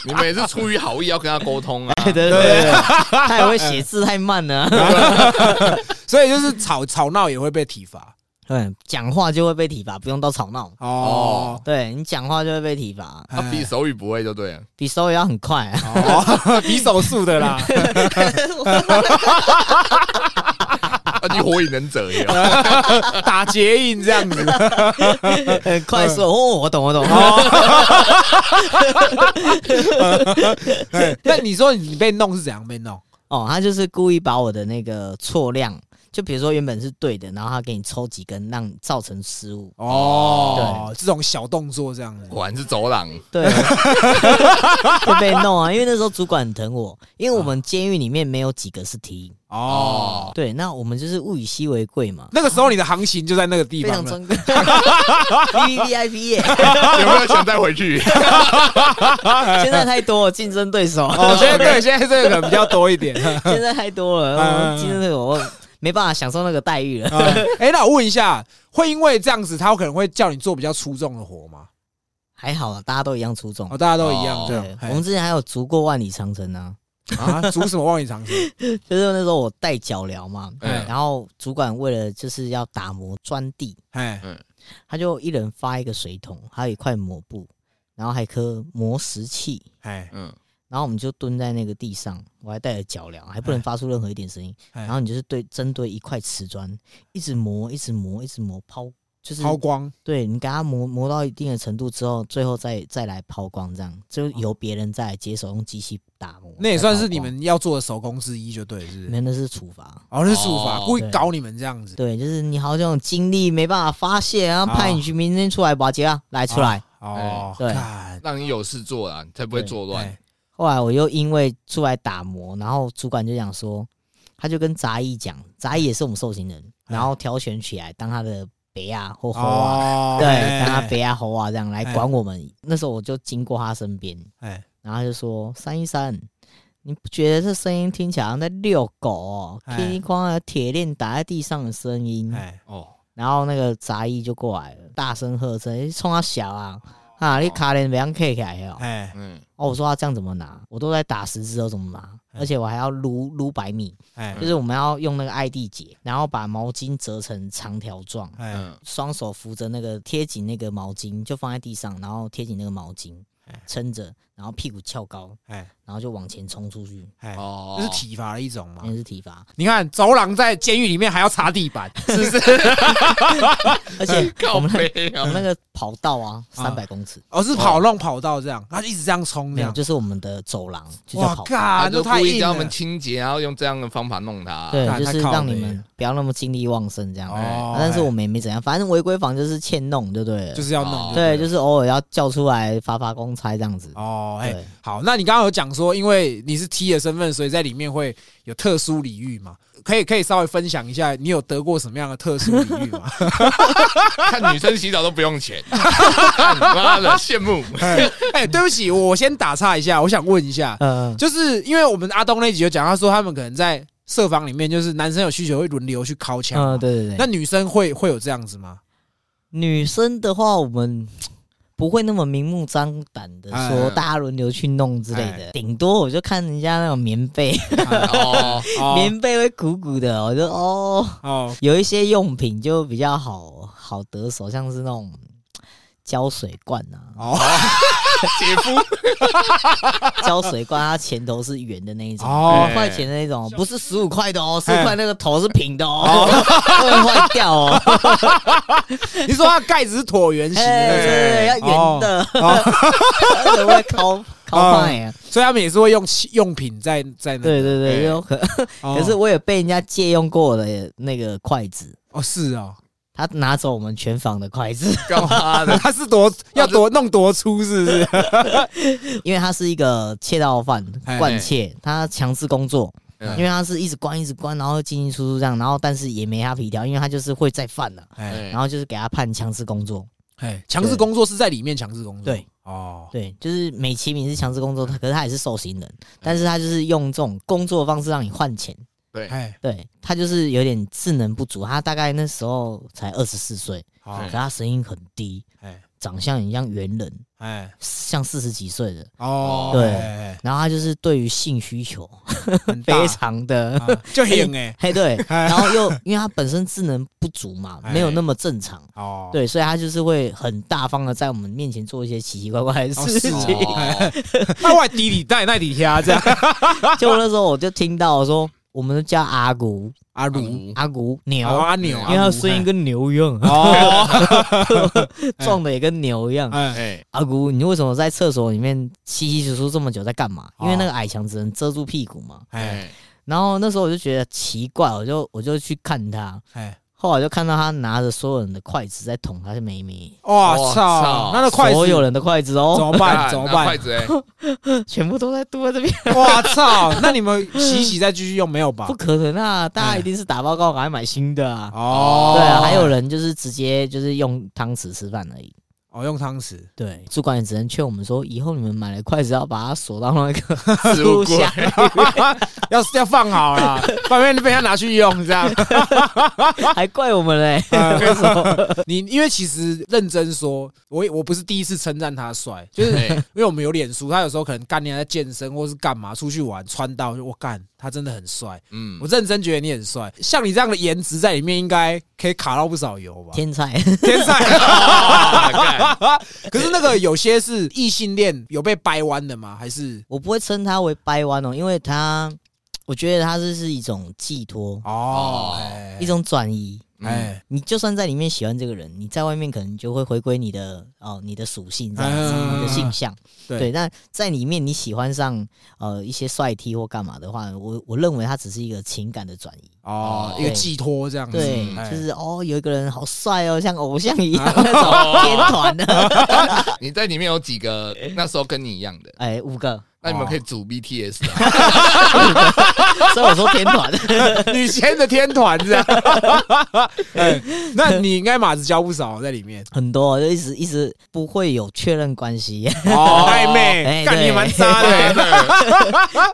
S2: 你们也是出于好意要跟他沟通啊。
S3: 对对对，他 也会写字太慢了，
S1: 嗯所以就是吵吵闹也会被体罚
S3: 对，讲话就会被体罚，不用到吵闹，
S1: 哦。
S3: 对你讲话就会被体罚，
S2: 他啊
S1: 哎
S2: 比手语不会就对了，
S3: 比手语要很快、啊，
S1: 哦， 比手速的啦，
S2: 啊，你火影忍者一样。
S1: 打结印这样子。
S3: 很快速哦，我懂我懂，
S1: 对那你说你被弄是怎样被弄？
S3: 哦，他就是故意把我的那个错量，就比如说原本是对的，然后他给你抽几根，让你造成失误。
S1: 哦，这种小动作这样子。
S2: 果然是走廊，
S3: 对， 就被弄啊！因为那时候主管很疼我，因为我们监狱里面没有几个是 T，
S1: 哦，
S3: 对，那我们就是物以稀为贵嘛，
S1: 那个时候你的行情就在那个地
S3: 非
S1: 方
S3: 常
S1: 了。
S3: 尊贵 ，V V I P 耶，
S2: 有没有想再回去？
S3: 现在太多了，竞争对手，
S1: 哦，现在对，现在这个可能比较多一点。
S3: 现在太多了，
S1: 嗯
S3: 哦竞争对手我没办法享受那个待遇了。
S1: 哎，那我问一下，会因为这样子，他可能会叫你做比较出众的活吗？
S3: 还好啊，大家都一样出众
S1: 哦，。大家都一样
S2: 哦
S1: 这
S3: 对
S1: 样，。
S3: 我
S1: 嘿
S3: 们之前还有足过万里长城啊，
S1: 啊，煮什么望你长城？
S3: 就是那时候我带脚镣嘛，
S2: 嗯
S3: 然后主管为了就是要打磨砖地，
S1: 哎，
S3: 他就一人发一个水桶，还有一块抹布，然后还颗磨石器，
S1: 哎，
S2: 嗯，
S3: 然后我们就蹲在那个地上，我还带了脚镣，还不能发出任何一点声音，
S1: 哎
S3: 然后你就是对针对一块瓷砖一直磨，一直磨，一直磨抛，就是
S1: 抛光
S3: 对你给它磨磨到一定的程度之后，最后再再来抛光，这样就由别人再来接手用机器打磨，
S1: 那也算
S3: 再抛
S1: 是你
S3: 光
S1: 们要做的手工之一，就对，是不
S3: 没
S1: 是？
S3: 有那是处罚。
S1: 哦，那是处罚，
S2: 哦
S1: 故意
S3: 对
S1: 搞你们这样子，
S3: 对，就是你好像这种经历没办法发泄，然后派你去明天出来保洁啊，来出来。
S1: 哦，
S3: 对
S1: 看
S2: 让你有事做啊，你才不会作乱。
S1: 哎
S3: 后来我又因为出来打磨，然后主管就讲说，他就跟杂役讲，杂役也是我们受刑人，
S1: 哎
S3: 然后挑选起来当他的北啊或猴
S1: 哦，
S3: 啊，对，
S1: 哎
S3: 当他北啊猴啊这样来
S1: 哎
S3: 管我们。那时候我就经过他身边，
S1: 哎，
S3: 然后他就说三一三。你不觉得这声音听起来好像在遛狗哦？
S1: 哎
S3: 叮叮哐的铁链打在地上的声音。
S1: 哎，
S2: 哦，
S3: 然后那个杂役就过来了，大声喝声：“你冲他小啊！啊，你卡脸别让 K 起来哦！”
S1: 哎，
S2: 嗯，
S3: 哦，我说他这样怎么拿？我都在打十只，都怎么拿？
S1: 嗯
S3: 而且我还要撸撸百米，
S1: 哎
S3: 就，是我们要用那个艾地结，然后把毛巾折成长条状，
S1: 哎，
S2: 嗯，
S3: 双手扶着那个贴紧那个毛巾，就放在地上，然后贴紧那个毛巾
S1: 哎，
S3: 撑着，然后屁股翘高，
S1: 哎，
S3: 然后就往前冲出去，
S1: 哎，
S2: 哦，
S1: 这是体罚的一种嘛
S3: 那？是体罚。
S1: 你看，走廊在监狱里面还要擦地 板，是不是？
S3: 而且
S2: 靠
S3: 我们那
S2: 背
S3: 我
S2: 啊，
S3: 们那个跑道啊，三百
S1: 啊
S3: 公尺，
S1: 哦，是跑弄跑道这样，他就一直这样冲这
S3: 没有，
S1: 样。
S3: 就是我们的走廊就
S1: 嗯
S3: 叫
S1: 哇
S3: 跑道。
S1: 靠，
S2: 他
S1: 这
S2: 就
S1: 太
S2: 故意
S1: 硬
S2: 叫他们
S1: 了。
S2: 清洁，然后用这样的方法弄他。
S3: 对，
S1: 干
S3: 就
S1: 太
S3: 是
S1: 啊靠
S3: 让你
S1: 北
S3: 们
S1: 了
S3: 不要那么精力旺盛这样。
S1: 哦
S3: 啊但是我
S1: 哎
S3: 们也没怎样，反正违规房就是欠弄，对不对了？
S1: 就是是要弄，
S3: 对，就是是偶尔要叫出来发发公差这样子。
S1: 哦，哎
S3: 对，
S1: 好，那你刚刚有讲说，因为你是 T 的身份，所以在里面会有特殊礼遇嘛？可以可以稍微分享一下，你有得过什么样的特殊礼遇 吗？
S2: 看女生洗澡都不 用钱，看妈的羡慕。
S1: 哎，对不起，我先打岔一下，我想问一下，
S3: 嗯，
S1: 呃就是因为我们阿东那集有讲，他说他们可能在社房里面，就是男生有需求会轮流去敲枪嘛，
S3: 嗯嗯，对对对。
S1: 那女生会会有这样子吗？
S3: 女生的话，我们不会那么明目张胆的
S1: 哎
S3: 说大家轮流去弄之类的，顶多我就看人家那种棉被，
S2: 哦，
S1: 哦
S3: 棉被会鼓鼓的，我就哦，
S1: 哦，
S3: 有一些用品就比较好好得手，像是那种胶水罐啊，
S2: 姐夫，
S3: 胶水罐它前头是圆的那一种，
S1: 哦
S3: 五块钱的那种，不是十五块的哦，十
S1: 哎
S3: 块那个头是平的哦，会坏掉哦，
S1: 你说它盖子 是椭圆形的
S3: 哎，
S1: 那种，
S3: 对，要圆 的，
S1: 哦，
S3: 它怎么会敲敲坏呀？
S1: 所以他们也是会用器用品在在那。
S3: 对对对，
S2: 哎
S3: 有可
S1: 哦，
S3: 可是我也被人家借用过我的那个筷子，
S1: 哦是哦，
S3: 他拿走我们全房的筷子，
S2: 干嘛的？
S1: 它是多要多弄多粗是不是？
S3: 因为他是一个窃盗犯
S1: 哎
S3: 惯窃，他强制工作，
S2: 嗯
S3: 因为他是一直关一直关，然后进进出出这样，然后但是也没他皮条，因为他就是会再犯了，
S1: 哎
S2: 哎
S3: 然后就是给他判强制工作，
S1: 哎，强制工作是在里面强制工作。
S3: 对
S1: 哦，
S3: 对，就是美其名是强制工作，他可是他也是受刑人，但是他就是用这种工作方式让你换钱，
S2: 对，
S1: 哎，
S3: 对他就是有点智能不足，他大概那时候才二十四岁，
S1: 好
S3: 可，他声音很低，
S1: 哎
S3: 长相很像猿人，
S1: 哎
S3: 像四十几岁的，
S1: 哦，
S3: 对
S1: 哎
S3: 然后他就是对于性需求
S1: 很大
S3: 非常的，
S1: 啊就很哎，
S3: 嘿对，
S1: 哎
S3: 然后又因为他本身智能不足嘛，
S1: 哎
S3: 没有那么正常，
S1: 哦，
S3: 对，所以他就是会很大方的在我们面前做一些奇奇怪怪的
S1: 哦
S3: 事
S1: 是
S3: 情。
S2: 哦
S1: 那外啊底里带那底下这样，
S3: 就那时候我就听到说，我们都叫阿古
S1: 阿如
S2: 嗯
S3: 阿古牛，
S1: 哦阿牛，
S2: 因
S3: 因为
S1: 阿
S3: 他
S1: 如
S3: 声音跟牛一样，
S1: 哦，
S3: 撞的也跟牛一样。
S1: 哎
S2: 哎，
S3: 阿古，你为什么在厕所里面稀稀疏疏这么久，在干嘛？
S1: 哦
S3: 因为那个矮墙只能遮住屁股嘛。
S1: 哎
S2: 哎，
S3: 然后那时候我就觉得奇怪，我就我就去看他，
S1: 哎，
S3: 后来就看到他拿着所有人的筷子在捅他的妹妹，
S1: 哇操
S2: 哇操，
S1: 那那筷
S3: 所
S1: 子
S3: 有人的筷子
S1: 怎么
S3: 哦，
S1: 办？
S2: 干
S1: 怎么
S2: 拿筷
S1: 办？
S2: 子哎，
S3: 全部都在嘟在这边，
S1: 哇操，那你们洗洗再继续用没有吧
S3: 不？可能啊！大家一定是打报告，赶快买新的啊！
S1: 哎哦，
S3: 对啊，还有人就是直接就是用汤匙吃饭而已。
S1: 哦，用汤匙。
S3: 对，主管也只能劝我们说，以后你们买了筷子要把它锁到那个
S2: 食
S3: 食
S2: 物
S3: 物
S2: 柜
S3: 箱。
S1: 要要放好 啦，不然被他拿去用这样。
S3: 还怪我们嘞、
S1: 你因为其实认真说，我我不是第一次称赞他帅，就是因
S2: 哎
S1: 为我们有脸书，他有时候可能干你在健身或是干嘛出去玩穿到，就我干他真的很帅，
S2: 嗯
S1: 我，认真觉得你很帅，像你这样的颜值在里面应该可以卡到不少油吧。
S3: 天 才，
S1: 天才，
S2: 啊干
S1: 可是那个有些是异性恋，有被掰弯的吗？还是
S3: 我不会称他为掰弯哦，因为他，我觉得他这是一种寄托，
S1: 哦
S2: 哦，
S1: 哎
S3: 一种嗯转移。
S2: 哎，
S1: 哎
S3: 你就算在里面喜欢这个人，你在外面可能就会回归你的哦，你的属性这样子，
S1: 嗯
S3: 你的性向。
S1: 对
S3: 对，那在里面你喜欢上呃一些帅 T 或干嘛的话，我我认为它只是一个情感的转移。
S1: 哦
S2: 哦，
S1: 一个寄托这样子，
S3: 对，
S1: 哎
S3: 就是哦，有一个人好帅哦，像偶像一样那
S1: 哦
S3: 种天 团的，
S2: 你在里面有几个
S1: 哎
S2: 那时候跟你一样的？
S3: 哎，五个，
S2: 那你们可以组 BTS 啊，
S3: 所以我说天团。
S1: 女仙的天团这样。 哎，那你应该码子交不少在里 面
S3: 很多，就一直一直不会有确认关系，
S1: 哦，暧昧，
S3: 哎
S1: 干
S3: 对
S1: 你蛮渣的。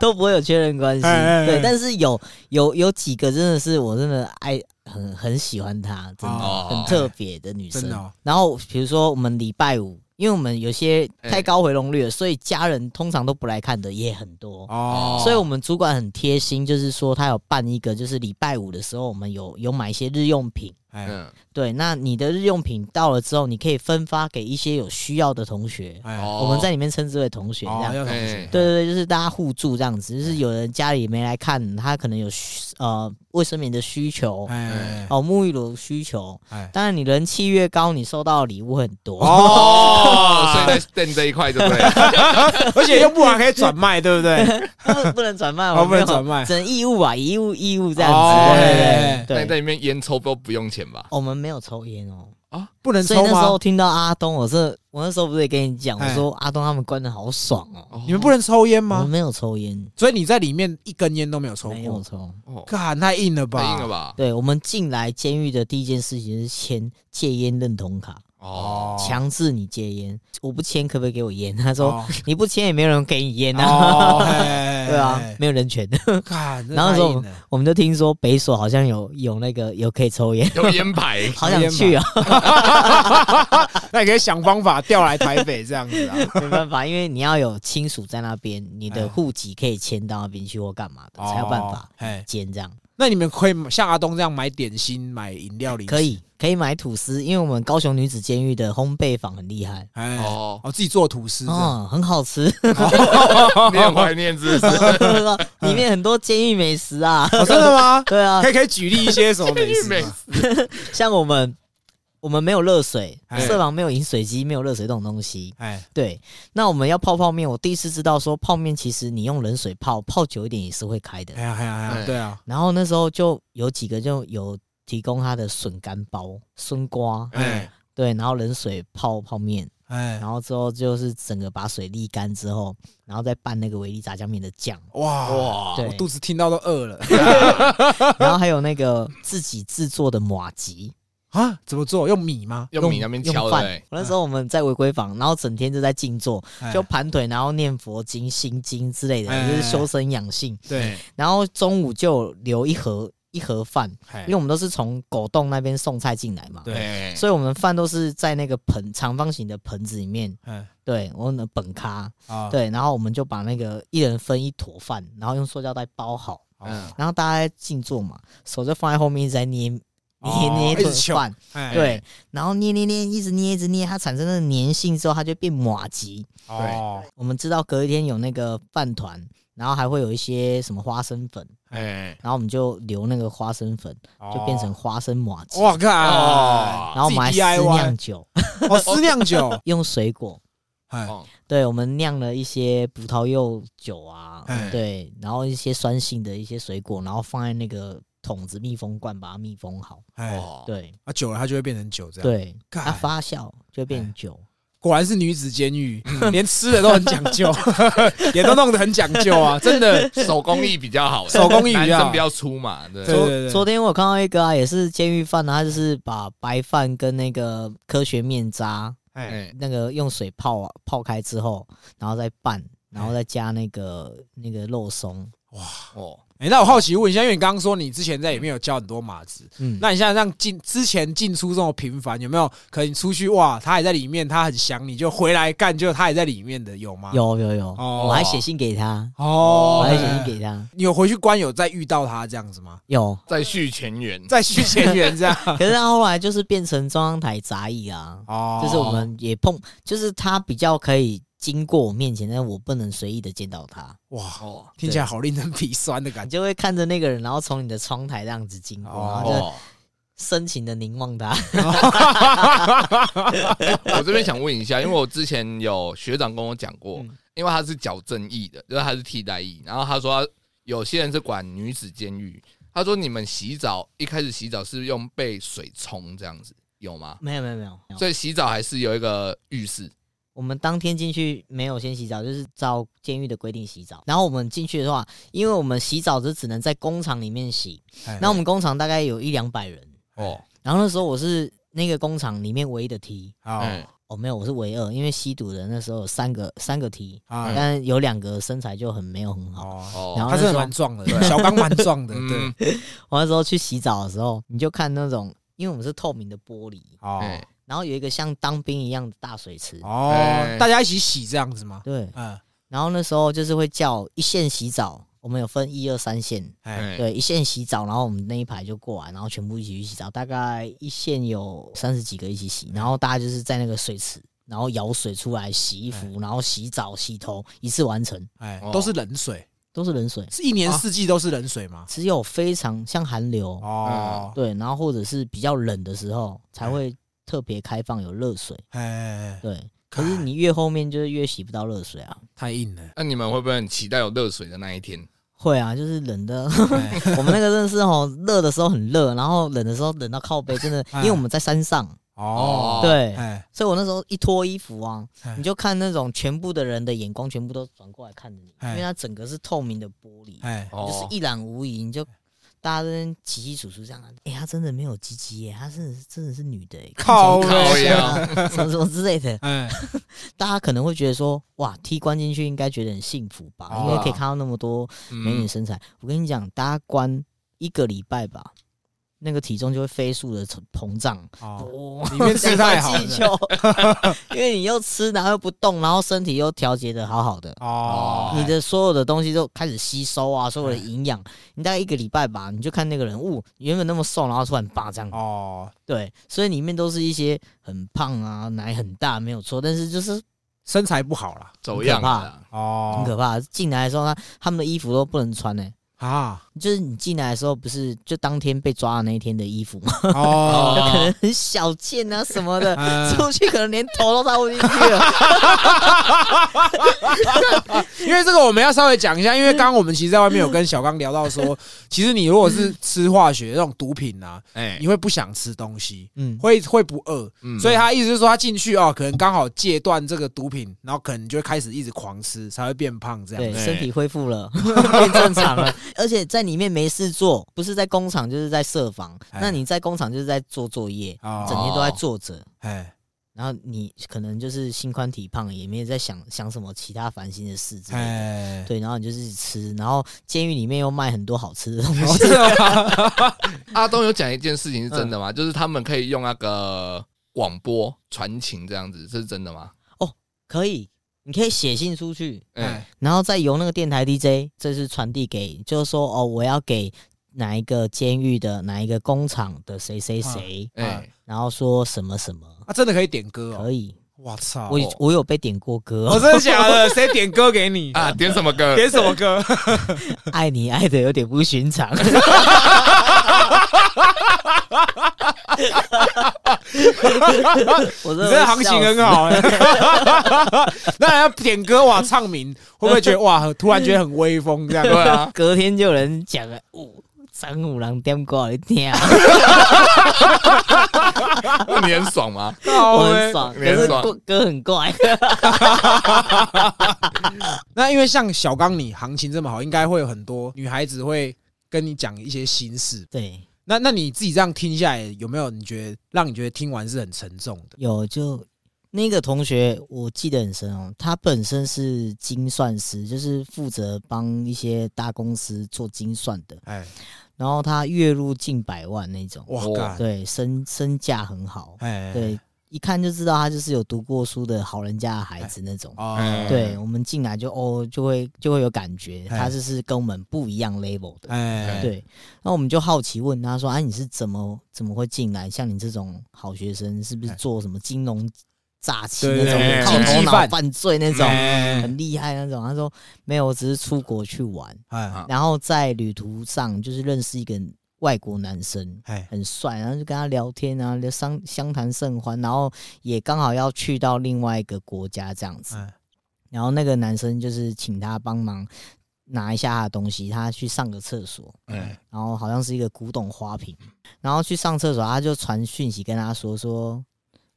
S3: 都不会有确认关系。
S1: 哎哎哎
S3: 对，但是有有有几个真的是我真的爱很很喜欢她，真的、
S2: 哦
S3: 很特别的 女生。
S1: 真的哦
S3: 然后比如说我们礼拜五，因为我们有些
S2: 哎
S3: 太高回笼率了，所以家人通常都不来看的也很多。
S1: 哦，
S3: 所以，我们主管很贴心，就是说他有办一个，就是礼拜五的时候，我们有有买一些日用品。
S1: 哎
S2: 嗯，
S3: 对，那你的日用品到了之后，你可以分发给一些有需要的同学。
S1: 哎，哦，
S2: 哦
S3: 我们在里面称之为同学，这样。
S1: 要同学
S2: 哎，
S3: 对对对，就是大家互助这样子，就是有人家里没来看，他可能有需呃卫生棉的需求，
S1: 哎，
S3: 哦沐浴乳需求。
S1: 哎，
S3: 当然，你人气越高，你收到的礼物会很 多。
S2: 哦，所以
S1: 哦，
S2: 在 stand 这一块就对了，
S1: 而且又不然可以转卖，对不 对？
S3: 不能转卖，
S1: 哦
S3: 我
S1: 不能
S3: 没有
S1: 转卖
S3: 只能义务啊，义务义务这样子。
S1: 哦哎
S3: 对
S2: 那
S3: 对
S2: 你
S3: 对对
S2: 在里面烟抽都不用钱吧？
S3: 我们没有抽烟哦，
S1: 不能
S3: 所以
S1: 抽
S3: 那时候
S1: 吗？
S3: 听到阿东，我是我那时候不是也跟你讲，我
S1: 哎
S3: 说阿东他们关的好爽哦，
S1: 你们不能抽烟
S3: 我们
S1: 吗？
S3: 没有抽烟，
S1: 所以你在里面一根烟都没有抽
S3: 没有
S1: 过，
S3: 抽。
S2: 哦，
S1: 干太硬了吧？
S2: 太硬了吧？
S3: 对我们进来监狱的第一件事情是签戒烟认同卡，
S2: 哦哦，
S3: 强制你戒烟。我不签，可不可以给我烟？ 他说
S1: 哦，
S3: 你不签也没有人给你烟啊，
S1: 哦，哎
S3: 对
S1: 对
S3: 啊，没有人权。
S1: 看，
S3: 然后
S1: 太
S3: 说
S1: 硬了
S3: 我们就听说北所好像有有那个有可以抽 烟，
S2: 有烟牌
S3: 好想去啊，
S1: 那你可以想方法调来台北这样 子啊。
S3: 没办法，因为你要有亲属在那边，你
S1: 哎
S3: 的户籍可以迁到那边去或干嘛的，才有办法
S1: 哦。哎，
S3: 煎这样。
S1: 那你们可以像阿东这样买点心、买饮料、零食
S3: 可。以可以买吐司，因为我们高雄女子监狱的烘焙坊很厉害
S1: 哎，
S2: 哦，
S1: 哦，自己做吐司这样。
S3: 哦，很 好吃，
S2: 你很怀念是不是？
S3: 里面很多监狱美食啊。
S1: 哦真的 吗？
S3: 对啊
S1: 可，以可以举例一些什么美食
S2: 美
S1: 吗？
S3: 像我们我们没有热水，
S1: 哎
S3: 社房没有饮水机，没有热水这种东西。
S1: 哎，
S3: 对，那我们要泡泡面，我第一次知道说泡面其实你用冷水泡，泡久一点也是会开的
S1: 哎。呀，哎呀，哎呀，
S2: 哎
S1: 对啊，
S3: 然后那时候就有几个就有提供他的笋干包、笋瓜，
S1: 哎
S2: 哎，
S3: 对，然后冷水泡泡面，
S1: 哎，
S3: 然后之后就是整个把水沥干之后，然后再拌那个维力炸酱面的酱，
S1: 哇哇，
S2: 哇，
S3: 对
S1: 我肚子听到都饿了
S3: 然后还有那个自己制作的马吉，
S1: 啊！怎么做？用米啊吗？
S2: 用米那边
S3: 用
S2: 敲的
S3: 饭
S2: 欸，。
S3: 我那时候我们在违规坊，然后整天就在静坐，
S1: 哎
S3: 就盘腿，然后念佛经、心经之类的，
S1: 哎
S3: 就是修身养性。
S1: 对，
S3: 然后中午就有留一盒一盒饭，因为
S1: 用
S3: 我们都是从狗洞那边送菜进来嘛，
S1: 哎对
S2: 对，
S3: 所以我们饭都是在那个盆长方形的盆子里面，
S1: 哎
S3: 对我们的本咖，
S1: 啊，
S3: 对，然后我们就把那个一人分一坨饭，然后用塑胶袋包好，
S1: 嗯
S2: 嗯，
S3: 然后大家在静坐嘛，手就放在后面一直在捏捏
S1: 哦
S3: 捏
S1: 一直
S3: 一
S1: 求
S3: 坨饭，
S1: 哎
S3: 对，然后捏捏捏，一直捏一直捏，它产生了粘性之后，它就变马吉。
S1: 哦，
S3: 我们知道隔一天有那个饭团，然后还会有一些什么花生粉，
S2: 哎，
S3: 然后我们就留那个花生粉，就变成花生马吉。
S1: 哦哇靠！
S2: 哦
S3: 然后我们还
S1: 自己
S3: 私
S1: DIY
S3: 酿酒，
S1: 哦，私酿 酒，
S3: 用水果，
S1: 哎
S2: 哦
S3: 对我们酿了一些葡萄柚酒啊
S1: 哎，
S3: 对，然后一些酸性的一些水果，然后放在那个桶子密封罐把它密封好，
S1: 哎，
S2: 哦，
S3: 对
S1: 啊，久了它就会变成酒这样。，
S3: 对，
S1: 干
S3: 它发酵就变
S1: 哎
S3: 成酒。
S1: 果然是女子监狱，嗯连吃的都很讲究， 也都弄得很讲究啊，真 的。
S2: 手工艺比较好，
S1: 手工艺
S2: 男
S1: 比较好
S2: 生比较粗嘛，对
S1: 对
S3: 昨
S1: 对对
S3: 昨天我看到一个啊，也是监狱饭啊，他就是把白饭跟那个科学面渣，
S1: 哎，
S2: 哎
S3: 那个用水泡啊泡开之后，然后再拌，然
S1: 哎
S3: 后再加那个那个肉松，
S2: 哦，，
S1: 哎，那我好奇问一下，因为你刚刚说你之前在里面有教很多码子，
S3: 嗯，
S1: 那你现在让进之前进出这么频繁，有没有可能你出去哇，他还在里面，他很想你，就回来干，就他还在里面的有吗？
S3: 有有有，
S1: 哦
S3: 我还写信给他，我
S1: 哦
S3: 还写信给他，
S1: 你有回去关有再遇到他这样子吗？
S3: 有
S2: 再续前缘，
S1: 再 续前缘这样？
S3: 可是他后来就是变成中央台杂役啊，
S1: 哦，
S3: 就是我们也碰，就是他比较可以经过我面前，但我不能随意的见到他，
S1: 哇，
S2: 哦
S1: 听起来好令人鼻酸的感
S3: 你
S1: 觉。
S3: 就会看着那个人，然后从你的窗台这样子经过，然后就
S2: 哦，
S3: 深情的凝望他。
S2: 我这边想问一下，因为我之前有学长跟我讲过
S3: 嗯，
S2: 因为他是矫正役的，就是他是替代役，然后他说他有些人是管女子监狱，他说你们洗澡一开始洗澡是用被水冲这样子，有吗？
S3: 没有没有没有，没有
S2: 所以洗澡还是有一个浴室
S3: 我们当天进去没有先洗澡，就是照监狱的规定洗澡。然后我们进去的话，因为我们洗澡就只能在工厂里面洗，
S1: 哎
S3: 那我们工厂大概有一两百人。
S2: 哦，
S3: 然后那时候我是那个工厂里面唯一的 T，
S1: 好
S2: 哎
S3: 哦没有，我是唯二，因为吸毒的那时候有三个三 个 T，
S1: 啊
S3: 但有两个身材就很没有很好。
S1: 哦，
S2: 哦，
S3: 嗯然后
S1: 他真的蛮壮的，小刚蛮壮的，对
S2: 嗯，，
S3: 我那时候去洗澡的时候，你就看那种，因为我们是透明的玻璃，
S1: 哦
S2: 哎
S3: 然后有一个像当兵一样的大水池，
S1: 哦，大家一起洗这样子吗？
S3: 对。
S1: 嗯，
S3: 然后那时候就是会叫一线洗澡，我们有分一二三线，
S1: 哎，
S3: 对，一线洗澡，然后我们那一排就过来，然后全部一起去洗澡，大概一线有三十几个一起洗，然后大家就是在那个水池，然后舀水出来洗衣服，然后洗澡、洗头，一次完成，
S1: 哎，
S2: 哦
S1: 都是冷水，
S3: 都是冷水，
S1: 是一年四季都是冷水吗？
S3: 只有非常像寒流，
S1: 哦，
S3: 对，然后或者是比较冷的时候才会特别开放有热水，
S1: 哎，
S3: 对。可是你越后面就是越洗不到热水啊，
S1: 太硬了，
S2: 那你们会不会很期待有热水的那一天？
S3: 会啊，就是冷的。
S1: 哎
S3: 我们那个真的是哦，热的时候很热，然后冷的时候冷到靠背， 真的，因为我们在山上，
S1: 哎哦，
S3: 对，
S1: 哎，
S3: 所以我那时候一脱衣服啊
S1: 哎，
S3: 你就看那种全部的人的眼光全部都转过来看着你，
S1: 哎
S2: 哦
S3: 因为它整个是透明的玻璃，
S1: 哎，
S3: 就是一览无遗，你就大家都在起起楚楚这样，哎、她真的没有鸡鸡耶，她是真的是女的耶，
S1: 靠
S3: 看起来
S2: 靠
S3: 很像啊 什么什么之类的，
S1: 哎，
S3: 大家可能会觉得说，哇，踢关进去应该觉得很幸福吧，
S1: 哦
S3: 因为可以看到那么多美女
S2: 嗯，
S3: 身材。我跟你讲，大家关一个礼拜吧，那个体重就会飞速的膨胀。
S1: 好，
S3: 哦
S1: 里面吃太好了
S3: 气球， 因为你又吃，然后又不动，然后身体又调节的好好的，
S1: 哦，哎
S3: 你的所有的东西都开始吸收啊，所有的营养。你大概一个礼拜吧，你就看那个人物原本那么瘦，然后突然霸这样，
S1: 哦，
S3: 对，所以里面都是一些很胖啊，奶很大，没有错，但是就是
S1: 身材不好啦，
S2: 走样啊了啦
S1: 哦，
S3: 很可怕。进来的时候，他他们的衣服都不能穿呢、
S1: 啊，
S3: 就是你进来的时候，不是就当天被抓的那一天的衣服吗？
S1: 哦，
S3: 可能
S2: 哦，
S3: 很小件啊什 么的，
S1: 嗯
S3: 出去可能连头都插不进去了。
S1: 因为这个我们要稍微讲一下，因为刚刚我们其实在外面有跟小刚聊到 说，其实你如果
S3: 嗯
S1: 是吃化学那种毒品啊，
S2: 哎
S1: 你，会不想吃东西，
S3: 嗯，
S1: 会会不饿，
S2: 嗯
S1: 所以他意思是说他进去哦，可能刚好戒断这个毒品，然后可能就会开始一直狂吃，才会变胖这样。
S3: 对，
S2: 对
S3: 身体恢复 了，变正常了， 而且在里面没事做，不是在工厂就是在设防。
S1: 哎
S3: 那你在工厂就是在做作业，
S1: 哦
S3: 整天都在坐着。
S1: 哎，
S3: 然后你可能就是心宽体胖，也没有在想想什么其他烦心的事之类的。
S1: 哎，
S3: 对，然后你就是吃，然后监狱里面又卖很多好吃的东西。
S1: 是吗？
S2: 阿东有讲一件事情是真的吗？就是他们可以用那个广播传情这样子，这是真的吗？
S3: 可以，你可以写信出去，
S2: 哎，
S1: 哎，
S3: 然后再由那个电台 DJ 这是传递给，就是说哦，我要给哪一个监狱的哪一个工厂的谁谁
S1: 嗯
S3: 谁，
S2: 哎，
S3: 然后说什么什么，
S1: 啊，真的可以点歌
S3: 可
S1: 哦！
S3: 以。
S1: 我操，
S3: 我我有被点过歌、
S1: 我
S3: 哦，
S1: 真的假 的？谁点歌给你
S2: 啊，？点什么歌？
S1: 点什么歌？
S3: 爱你爱的有点不 寻常， 我 真
S1: 你这
S3: 的
S1: 个行情很好哎、 那人家点歌哇，唱名会不会觉 得哇，突然觉得很威风这样？
S2: 对啊
S3: 笑死，，隔天就有人讲了，哦，张五郎点歌你 听啊，
S2: 那你很爽吗？
S1: 好
S3: 我
S1: 欸
S3: 很爽，可
S2: 你很
S3: 是
S2: 爽
S3: 歌歌很怪，
S1: 那因为像小刚你行情这么好，应该会有很多女孩子会跟你讲一些心事。
S3: 对。
S1: 那那你自己这样听下来，有没有你觉得让你觉得听完是很沉重的？
S3: 有就那个同学，我记得很深哦，他本身是精算师，就是负责帮一些大公司做精算的，
S1: 哎，
S3: 然后他月入近百万那种，
S1: 哇
S2: 哦
S1: 干，
S3: 对，身身价很好，
S1: 哎，
S3: 对，一看就知道他就是有读过书的好人家的孩子那种。
S1: 哦，
S2: 哎
S3: 对我们进来就哦，就会就会有感觉，
S1: 哎
S3: 他就是跟我们不一样 level 的。
S1: 哎，
S3: 对，那我们就好奇问他说：“啊，你是怎么怎么会进来？像你这种好学生，是不是
S1: 哎
S3: 做什么金融诈欺
S1: 对哎
S2: 对
S3: 那种靠
S1: 经济
S3: 头脑
S1: 犯
S3: 犯罪那种
S1: 哎
S3: 很厉害那种？”他说：“没有，我只是出国去玩，
S1: 哎
S3: 然后在旅途上就是认识一个外国男生。”
S1: 哎
S3: 很帅，然后就跟他聊天啊，聊相相谈甚欢，然后也刚好要去到另外一个国家这样子，
S1: 哎，
S3: 然后那个男生就是请他帮忙拿一下他的东西，他去上个厕所，
S2: 哎，
S3: 然后好像是一个古董花瓶，然后去上厕所，他就传讯息跟他说说，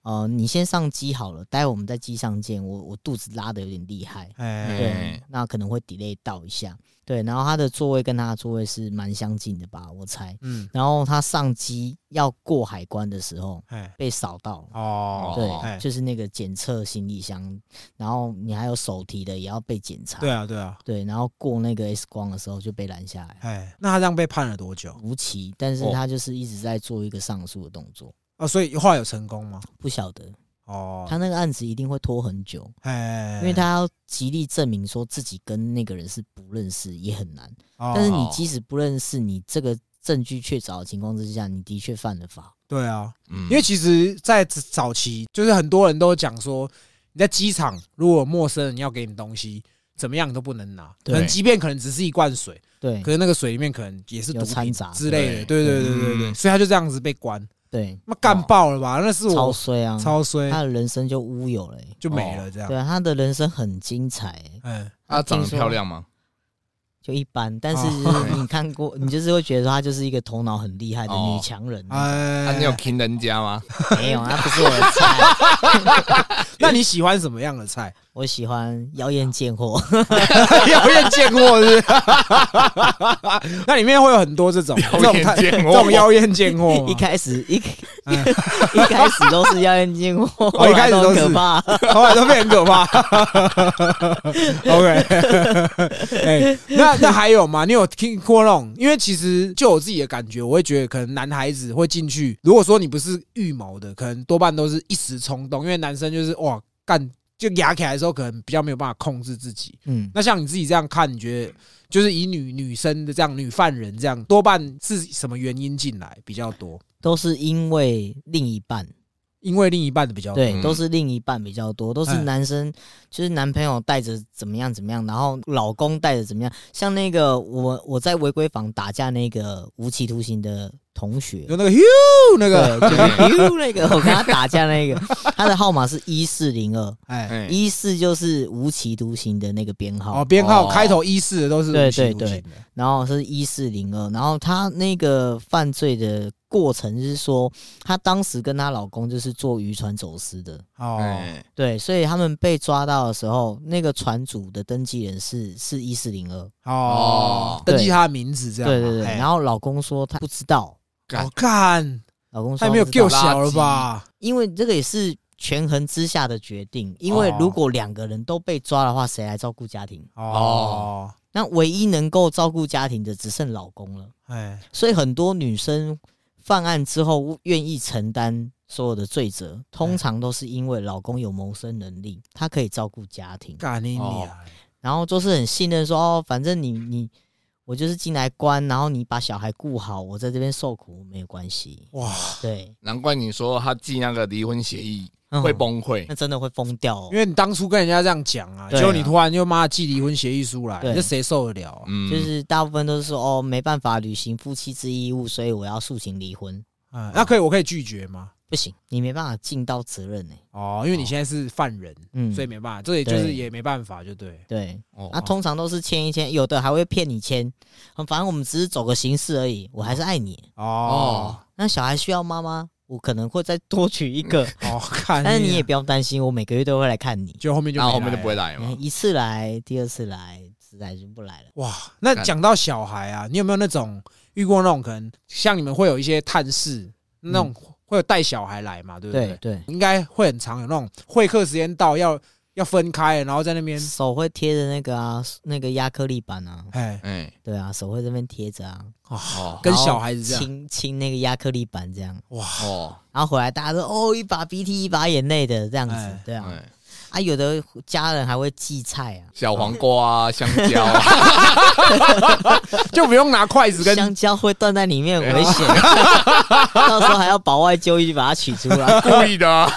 S3: 呃，你先上机好了，待会我们在机上见。我我肚子拉的有点厉害，
S1: 哎，
S3: 对，那可能会 delay 到一下，对。然后他的座位跟他的座位是蛮相近的吧，我猜。
S1: 嗯，
S3: 然后他上机要过海关的时候
S1: 哎，
S3: 被扫到了。
S1: 哦，哎
S3: 对，就是那个检测行李箱，然后你还有手提的也要被检查，
S1: 对啊，对啊，
S3: 对然后过那个 X 光的时候就被拦下来，
S1: 哎，那他这样被判了多久？
S3: 无期，但是
S2: 哦
S3: 他就是一直在做一个上诉的动作。
S1: 哦，所以后来有成功吗？
S3: 不晓得
S1: 哦，
S3: 他那个案子一定会拖很久，
S1: 哎，
S3: 因为他要极力证明说自己跟那个人是不认识，也很难。
S1: 哦，
S3: 但是你即使不认识，你这个证据确凿的情况之下，你的确犯了法。
S1: 对啊，
S2: 嗯
S1: 因为其实，在早期，就是很多人都讲说，你在机场如果有陌生人要给你东西，怎么样你都不能拿，可
S3: 对
S1: 能即便可能只是一罐水，
S3: 对
S1: 可是那个水里面可能也是毒
S3: 有掺
S1: 品
S3: 杂
S1: 之类的，对对
S2: 对
S1: 对
S2: 嗯
S1: 对对，所以他就这样子被关，
S3: 对，
S1: 那干爆了吧？那是
S3: 超
S1: 我
S3: 衰啊！
S1: 超衰
S3: 他，的人生就乌有了欸、
S1: 就没了这样
S3: 对。啊，他的人生很精彩欸、
S1: 嗯，
S2: 她啊长
S3: 听
S2: 得
S3: 说
S2: 漂亮吗？
S3: 就一般，但是
S1: 哦
S3: 就是你看过，你就是会觉得说她就是一个头脑很厉害的
S2: 哦
S3: 女强人。欸
S2: 啊，
S1: 哎
S2: 你有听人家吗？
S3: 没有，她不是我的菜。
S1: 那你喜欢什么样的菜？
S3: 我喜欢妖艳贱货，
S1: 妖艳贱货是不是？ 那里面会有很多这种这
S2: 妖
S1: 种
S2: 艳
S1: 菜
S2: 贱
S1: 这
S2: 货
S1: 种妖艳贱货
S3: 一
S1: 吗，
S3: 开始一一开始都是妖艳贱货，后
S1: 嗯哦一
S3: 来
S1: 开始都
S3: 很
S1: 是
S3: 可怕。
S1: 后来都变很可怕。OK，哎，那那还有吗？你有听过那种？因为其实就我自己的感觉，我会觉得可能男孩子会进去，如果说你不是预谋的，可能多半都是一时冲动，因为男生就是哇干。就压起来的时候，可能比较没有办法控制自己。
S3: 嗯，
S1: 那像你自己这样看，你觉得就是以女女生的这样女犯人这样，多半是什么原因进来比较多？
S3: 都是因为另一半，
S1: 因为另一半的比较多。
S3: 对，
S2: 嗯
S3: 都是另一半比较多，都是
S1: 哎
S3: 男生，就是男朋友带着怎么样怎么样，然后老公带着怎么样。像那个我我在违规房打架那个无期徒刑的同学，
S1: 有那个 h 那个，
S3: 对，就是呦那个我跟他打架那个，他的号码是一四零二，
S1: 哎，
S2: 哎
S3: 一四就是无期徒刑的那个编号
S1: 哦，，编号
S2: 哦
S1: 开头一四的都是
S3: 对
S1: 无期
S3: 对
S1: 徒
S3: 对
S1: 刑的，
S3: 然后是一四零二，然后她那个犯罪的过程就是说，她当时跟她老公就是做渔船走私的，
S1: 哦，
S2: 哎
S3: 对，所以他们被抓到的时候，那个船主的登记人是是一四零二，
S1: 哦
S2: 哦，
S1: 登记
S3: 对
S1: 他的名字这样嘛，啊
S3: 对对对，然后老公说他不知道，
S2: 干
S1: 我看
S3: 老公说
S1: 太没有
S3: 他不知道
S1: Q 小了吧？
S3: 因为这个也是权衡之下的决定，因为
S1: 哦
S3: 如果两个人都被抓的话，谁来照顾家庭？
S1: 哦，
S3: 那唯一能够照顾家庭的只剩老公了。
S1: 哎，
S3: 所以很多女生犯案之后愿意承担所有的罪责，
S1: 嗯
S3: 通常都是因为老公有谋生能力，他可以照顾家庭，
S1: 干你
S2: 哦
S1: 娘！
S3: 然后就是很信任说哦，反正你你我就是进来关，然后你把小孩顾好，我在这边受苦没有关系。
S1: 哇，
S3: 对，
S2: 难怪你说他记那个离婚协议
S3: 嗯
S2: 会，崩溃，
S3: 那真的会疯掉哦
S1: 因。为你当初跟人家这样讲啊，
S3: 对
S1: 结
S3: 啊
S1: 果你突然又妈寄离婚协议书来，
S3: 对
S1: 这谁受得了啊？
S2: 嗯，
S3: 就是大部分都是说哦，没办法履行夫妻之义务，所以我要诉请离婚。
S1: 嗯那可以，我可以拒绝吗？
S3: 不行，你没办法尽到责任欸呢、
S1: 哦，因为你现在是犯人，
S3: 嗯，
S1: 所以没办法，这也就是
S3: 对
S1: 也没办法，就对。
S3: 对，
S2: 哦
S3: 那通常都是签一签，有的还会骗你签。嗯反正我们只是走个形式而已，我还是爱你。
S1: 哦
S2: 哦，
S3: 那小孩需要妈妈，我可能会再多娶一个，
S1: 哦，看，
S3: 但是你也不用担心，我每个月都会来看你。
S1: 就后面就
S2: 然后
S1: 没
S2: 后面就
S1: 来
S2: 不会
S1: 了
S2: 来嘛
S3: 嗯，一次来，第二次来，实在就不来了。
S1: 哇。那
S2: 干
S1: 讲到小孩啊，你有没有那种遇过那种可能像你们会有一些探视那种会有带小孩来嘛，对不
S3: 嗯对
S1: 对？
S3: 对，
S1: 应该会很长有那种会客时间到要要分开，然后在那 边
S3: 手会贴着那个啊，那个亚克力板啊，
S1: 哎
S2: 哎，
S3: 对啊，手会这边贴着啊，
S2: 哦
S1: 跟
S3: 然后
S1: 小孩子这样
S3: 亲亲那个亚克力板这样。
S1: 哇
S2: 哦，
S3: 然后回来大家都哦一把鼻涕一把眼泪的这样子，
S1: 哎
S3: 对啊，
S2: 哎，
S3: 啊有的家人还会寄菜啊，
S2: 小黄瓜啊，香蕉啊，
S1: 就不用拿筷子跟
S3: 香蕉会断在 里面，很危险，到时候还要保外就医把它取 出来。
S2: 故意的啊，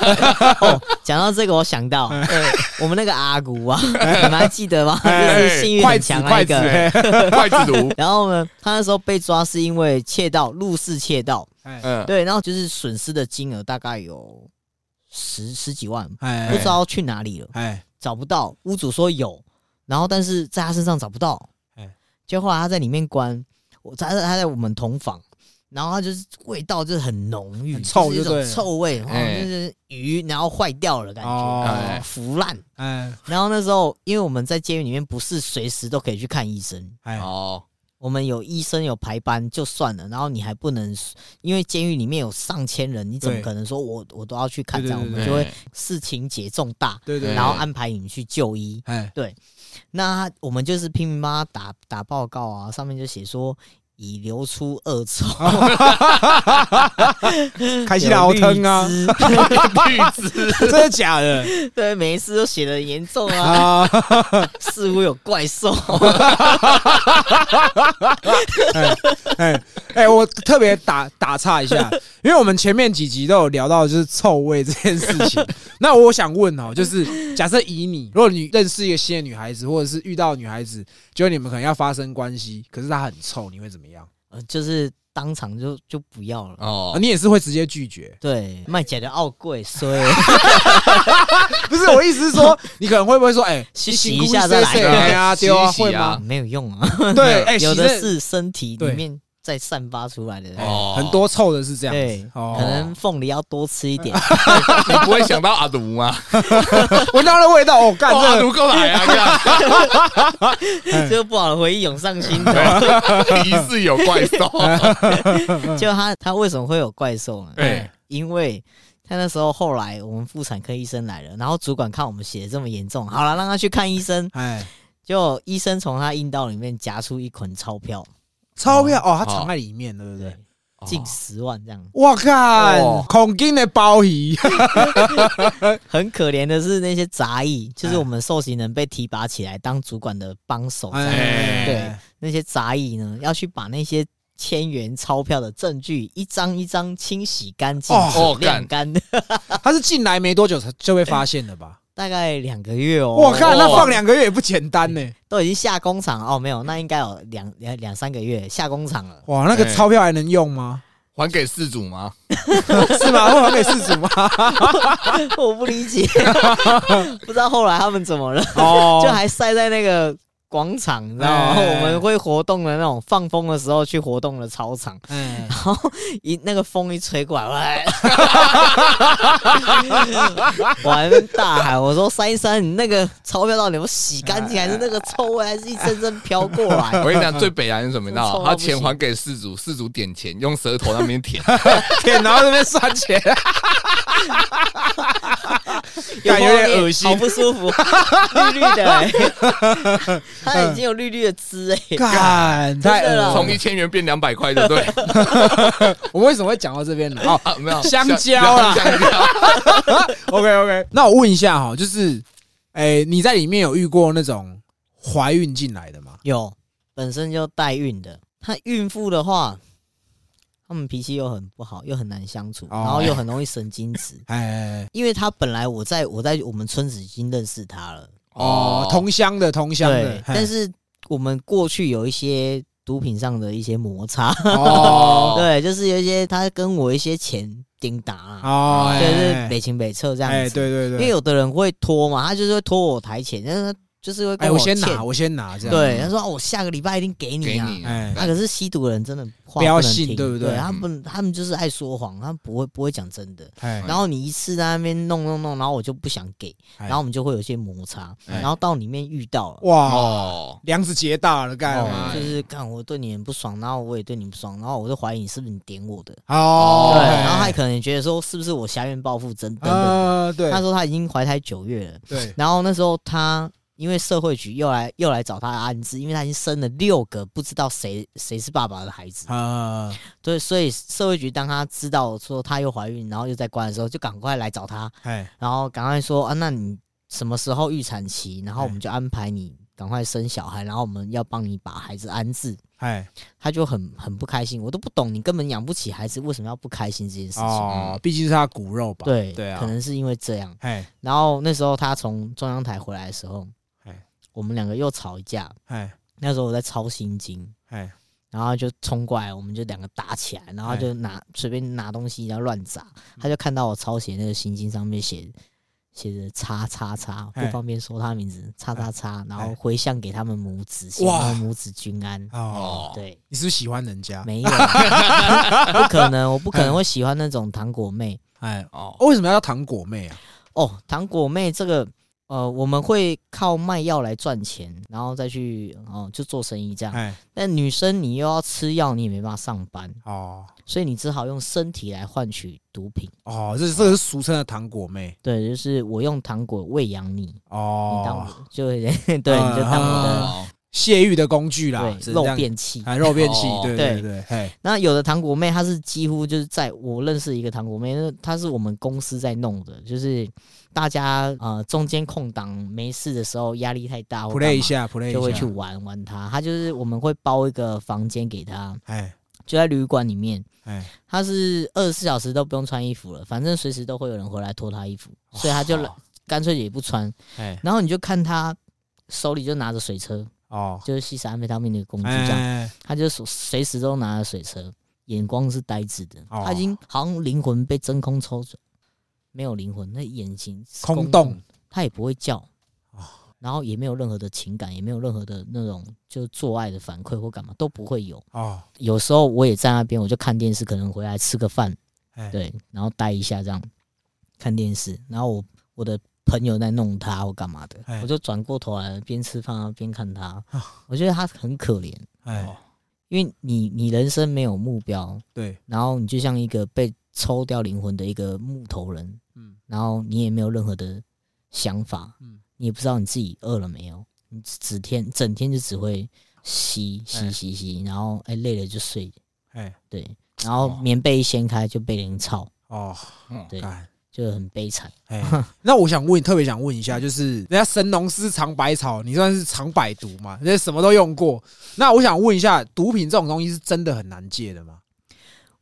S3: 哦，讲到这个我想到我们那个阿姑啊，你们还记得吗？
S1: 哎
S3: 就是幸运
S1: 筷
S3: 很
S1: 子
S3: 强那
S1: 筷
S3: 一
S1: 子
S3: 个。
S1: 哎
S2: 筷子毒，
S3: 然后呢，他那时候被抓是因为窃盗，入室窃盗，
S1: 哎
S2: 嗯，
S3: 对，然后就是损失的金额大概有十十几万，不知
S1: 哎
S3: 道去哪里了。
S1: 哎
S3: 找不到，屋主说有，然后但是在他身上找不到
S1: 哎，
S3: 就后来他在里面关，我他在他在我们同房，然后他就是味道就是很浓郁，
S1: 很臭
S3: 就是一
S1: 就对
S3: 种
S1: 了
S3: 臭味，然后
S2: 哎
S3: 就是鱼然后坏掉了感
S1: 哦
S3: 觉，然后腐烂。
S1: 哎
S3: 然后那时候因为我们在监狱里面不是随时都可以去看医生。
S1: 哎
S2: 哦，
S3: 我们有医生有排班就算了，然后你还不能，因为监狱里面有上千人，你怎么
S1: 对
S3: 可能说我我都要去看这样？我
S1: 对对
S3: 们
S1: 对
S3: 就会
S2: 哎
S3: 视情节重大，
S1: 对对，
S3: 然后安排你去就医。
S1: 哎
S3: 那我们就是拼命帮他打打报告啊，上面就写说已流出恶臭，
S1: 啊 开心老疼啊
S3: 有，绿
S2: 绿子，
S1: 真的假 的
S3: 汁 对，每一次都写的严重啊，
S1: 啊？
S3: 似乎有怪兽。
S1: 哎 哎，我特别打打岔一下，因为我们前面几集都有聊到就是臭味这件事情。那我想问哦，就是假设以你，如果你认识一个新的女孩子，或者是遇到女孩子，就你们可能要发生关系，可是她很臭，你会怎么样？
S3: 呃就是当场就就不要了。
S1: 啊，
S2: 哦，
S1: 你也是会直接拒绝？
S3: 对，卖假的奥贵，所以
S1: 不是，我意思是 说，你可能会不会说，哎，
S3: 去
S1: 你
S3: 洗
S1: 辛苦
S3: 一下再来
S1: 谁谁哎呀，
S2: 洗一
S1: 丢啊，
S2: 洗
S1: 会
S2: 啊
S1: 吗？
S3: 没有用啊。
S1: 对，哎，
S3: 有
S1: 洗
S3: 的
S1: 这哎
S3: 是身体里面再散发出来的。
S2: 哦
S1: 很多臭的是这样
S3: 对
S1: 子，，哦
S3: 可能凤梨要多吃一点，
S2: 你不会想到阿毒吗？
S1: 闻到那味道，哦， 干
S2: 哦阿
S1: 这
S2: 毒够来啊干！
S1: 哎
S3: 这个不好的回忆涌上心
S1: 嗯
S3: 头。
S2: 对疑似有怪 兽，
S1: 嗯
S3: 就他他为什么会有怪兽呢？
S2: 对，
S3: 因为他那时候后来我们妇产科医生来了，然后主管看我们写的这么严重，好了，让他去看医生。
S1: 哎，
S3: 就医生从他阴道里面夹出一捆钞票，
S1: 钞票哦，它藏在里面，对不对？
S3: 近十万这样。
S1: 我看
S2: 哦
S1: 孔金的包皮，
S3: 很可怜的是那些杂役，
S1: 哎
S3: 就是我们受刑人被提拔起来当主管的帮手这样。
S1: 哎，
S3: 哦对，那些杂役呢，要去把那些千元钞票的证据一张一张清洗干净
S1: 哦、
S2: 哦
S3: 晾干，
S1: 他是进来没多久才就被发现的吧？
S3: 大概两个月哦。
S1: 我看那放两个月也不简单呢。
S3: 都已经下工厂哦，没有，那应该有两两两三个月下工 厂了。
S1: 哇，那个钞票还能用吗？
S2: 还给事主吗？
S3: 哎
S1: 是吗？我还给事主 吗？
S3: 我不 理解，不知道后来他们怎么了，
S1: 哦
S3: 就还晒在那个广场，你知道吗？
S1: 哎
S3: 我们会活动的那种放风的时候去活动的操场，
S1: 哎
S3: 然后一那个风一吹过来，喂 我还在大喊我说：“珊珊，你那个钞票到底有没有洗干
S1: 哎
S3: 净，还是那个臭味，还是一阵阵飘过来
S2: 我跟你讲，最北然是什么？你知
S3: 臭
S2: 道
S3: 到
S2: 吗他
S3: 不行
S2: 钱还给事主，事主点钱，用舌头那边舔，
S1: 舔，然后这边算 钱，
S3: 有
S1: 感
S3: 没
S1: 觉有点
S3: 有
S1: 恶心
S3: 好不 舒服，绿绿的、欸它已经有绿绿的汁哎、
S1: 嗯
S3: 欸
S1: 干 太恶
S3: 啦
S1: 了
S2: 从一千元变两百块，对 不对？
S1: 我为什么会讲到这边来？哦
S2: 啊，没有
S1: 香蕉啦
S2: 香蕉。
S1: ，OK OK，那我问一下哈，就是，哎，你在里面有遇过那种怀孕进来的吗？
S3: 有本身就代孕的，她孕妇的话，她们脾气又很不好，又很难相处，
S1: 哦
S3: 然后又很容易神经质。
S1: 哎，
S3: 因为她本来我在我在我们村子已经认识她了，
S1: 哦，同乡的同乡的哎
S3: 对，，
S1: 嘿
S3: 但是我们过去有一些毒品上的一些摩擦，
S1: 哦
S3: 对，就是有一些她跟我一些钱顶打啊，
S1: 哦，
S3: 对，
S1: 哎
S3: 就是北情北侧这样
S1: 哎，
S3: 子。
S1: 对对
S3: 因
S1: 对，
S3: 为有的人会拖嘛，他就是会拖我台前，但是他就是会跟
S1: 哎，我
S3: 欠
S1: 先拿，我先拿，这样，
S3: 对，他说、哦我下个礼拜一定给
S2: 给
S3: 你啊。
S2: 你
S1: 哎
S3: 啊，可是吸毒的人真的话
S1: 不要
S3: 能
S1: 信
S3: 听
S1: 对不对
S3: 对？他们他们就是爱说谎，他们不会不会讲真的。
S1: 哎，
S3: 然后你一次在那边弄弄弄，然后我就不想给，
S1: 哎
S3: 然后我们就会有一些摩擦，
S2: 哎
S3: 然后到里面遇到了，
S1: 哇，
S2: 哦，
S1: 梁子结大了，干嘛？
S3: 哦就是看我对你很不爽，然后我也对你不爽，然后我就怀疑你是不是你点我的，
S1: 哦
S3: 对，，
S1: 哎
S3: 然后他也可能觉得说是不是我狭怨报复真等等。
S1: 呃，对
S3: 那时候他已经怀胎九月了，
S1: 对，
S3: 然后那时候他因为社会局又来又来找他安置，因为他已经生了六个不知道谁谁是爸爸的孩子，
S1: 啊，
S3: 对，所以社会局当他知道说她又怀孕，然后又在关的时候，就赶快来找他，
S1: 哎，
S3: 然后赶快说啊，那你什么时候预产期？然后我们就安排你赶快生小孩，然后我们要帮你把孩子安置。
S1: 哎，
S3: 他就很很不开心，我都不懂，你根本养不起孩子，为什么要不开心这件事情？
S1: 哦，毕竟是他骨肉吧？
S3: 对，
S1: 对啊
S3: 可，能是因为这样。
S1: 哎，
S3: 然后那时候他从中央台回来的时候
S1: 哎，
S3: 我们两个又吵一架。
S1: 哎，
S3: 那时候我在抄心经，
S1: 哎，
S3: 然后他就冲过来，我们就两个打起来，然后他就拿随便拿东西然后乱砸，
S1: 嗯
S3: 他就看到我抄写那个心经上面写写着叉叉叉，不
S1: 哎
S3: 方便说他名字，叉叉叉，然后
S1: 哎
S3: 回向给他们母子，希
S1: 哇
S3: 望母子均安。
S1: 哦，
S2: 哦，
S3: 对，
S1: 你是不是喜欢人家？
S3: 没有，不可能， 我不可能会喜欢那种糖果妹
S1: 哎，
S2: 哦，
S1: 哦为什么要叫糖果妹啊？
S3: 哦，糖果妹这个。呃，我们会靠卖药来赚钱，然后再去哦、就做生意这样。
S1: 哎，
S3: 但女生你又要吃药，你也没办法上班，
S1: 哦，
S3: 所以你只好用身体来换取毒品。
S1: 哦，这这个是俗称的糖果妹
S3: 对，就是我用糖果喂养你，你当
S1: 哦，
S3: 我就 对，你就当
S1: 嗯
S3: 我的、
S2: 哦
S1: 泄欲的工具啦，只
S3: 对
S1: 啊是这
S3: 肉
S1: 样，
S3: 便器。
S1: 哎，肉便器，
S2: 哦
S1: 对
S3: 对
S1: 对对，哎，
S3: 那有的糖果妹，她是几乎就是在我认识一个糖果妹，那她是我们公司在弄的，就是大家呃中间空档没事的时候压力太大或干嘛
S1: play 一下，play 一下，
S3: 就会去玩玩她。她就是我们会包一个房间给她，
S1: 哎，
S3: 就在旅馆里面，
S1: 哎，
S3: 她是二十四小时都不用穿衣服了，反正随时都会有人回来脱她衣服，所以她就
S1: 哦
S3: 干脆也不穿。
S1: 哎，
S3: 然后你就看她手里就拿着水车，
S1: 哦，
S3: 就是吸食安非他命的工具这样，
S1: 哎，
S3: 他就随随时都拿着水车，眼光是呆滞的，
S1: 哦
S3: 他已经好像灵魂被真空抽走，没有灵魂，那眼睛是
S1: 空洞，哦
S3: 他也不会叫，然后也没有任何的情感，也没有任何的那种就是做爱的反馈或干嘛都不会有。
S1: 哦，
S3: 有时候我也在那边，我就看电视，可能回来吃个饭，
S1: 哎，
S3: 对，然后待一下这样看电视，然后我我的朋友在弄他或干嘛的
S1: 哎，
S3: 我就转过头来边吃饭啊边看他
S1: 啊，
S3: 我觉得他很可怜，哦
S1: 哎，
S3: 因为你你人生没有目标，
S1: 对，
S3: 然后你就像一个被抽掉灵魂的一个木头人，
S1: 嗯
S3: 然后你也没有任何的想法，
S1: 嗯
S3: 你也不知道你自己饿了没有，你只天整天就只会吸吸
S1: 哎
S3: 吸吸，然后哎、累了就睡，
S1: 哎，
S3: 对，然后
S2: 哦
S3: 棉被一掀开就被人操，
S1: 哦，
S2: 嗯
S3: 对，
S1: 干
S3: 就很悲惨。
S1: 哎， 那我想问，特别想问一下，就是人家神农氏尝百草，你算是尝百毒嘛？人家什么都用过。那我想问一下，毒品这种东西是真的很难戒的吗？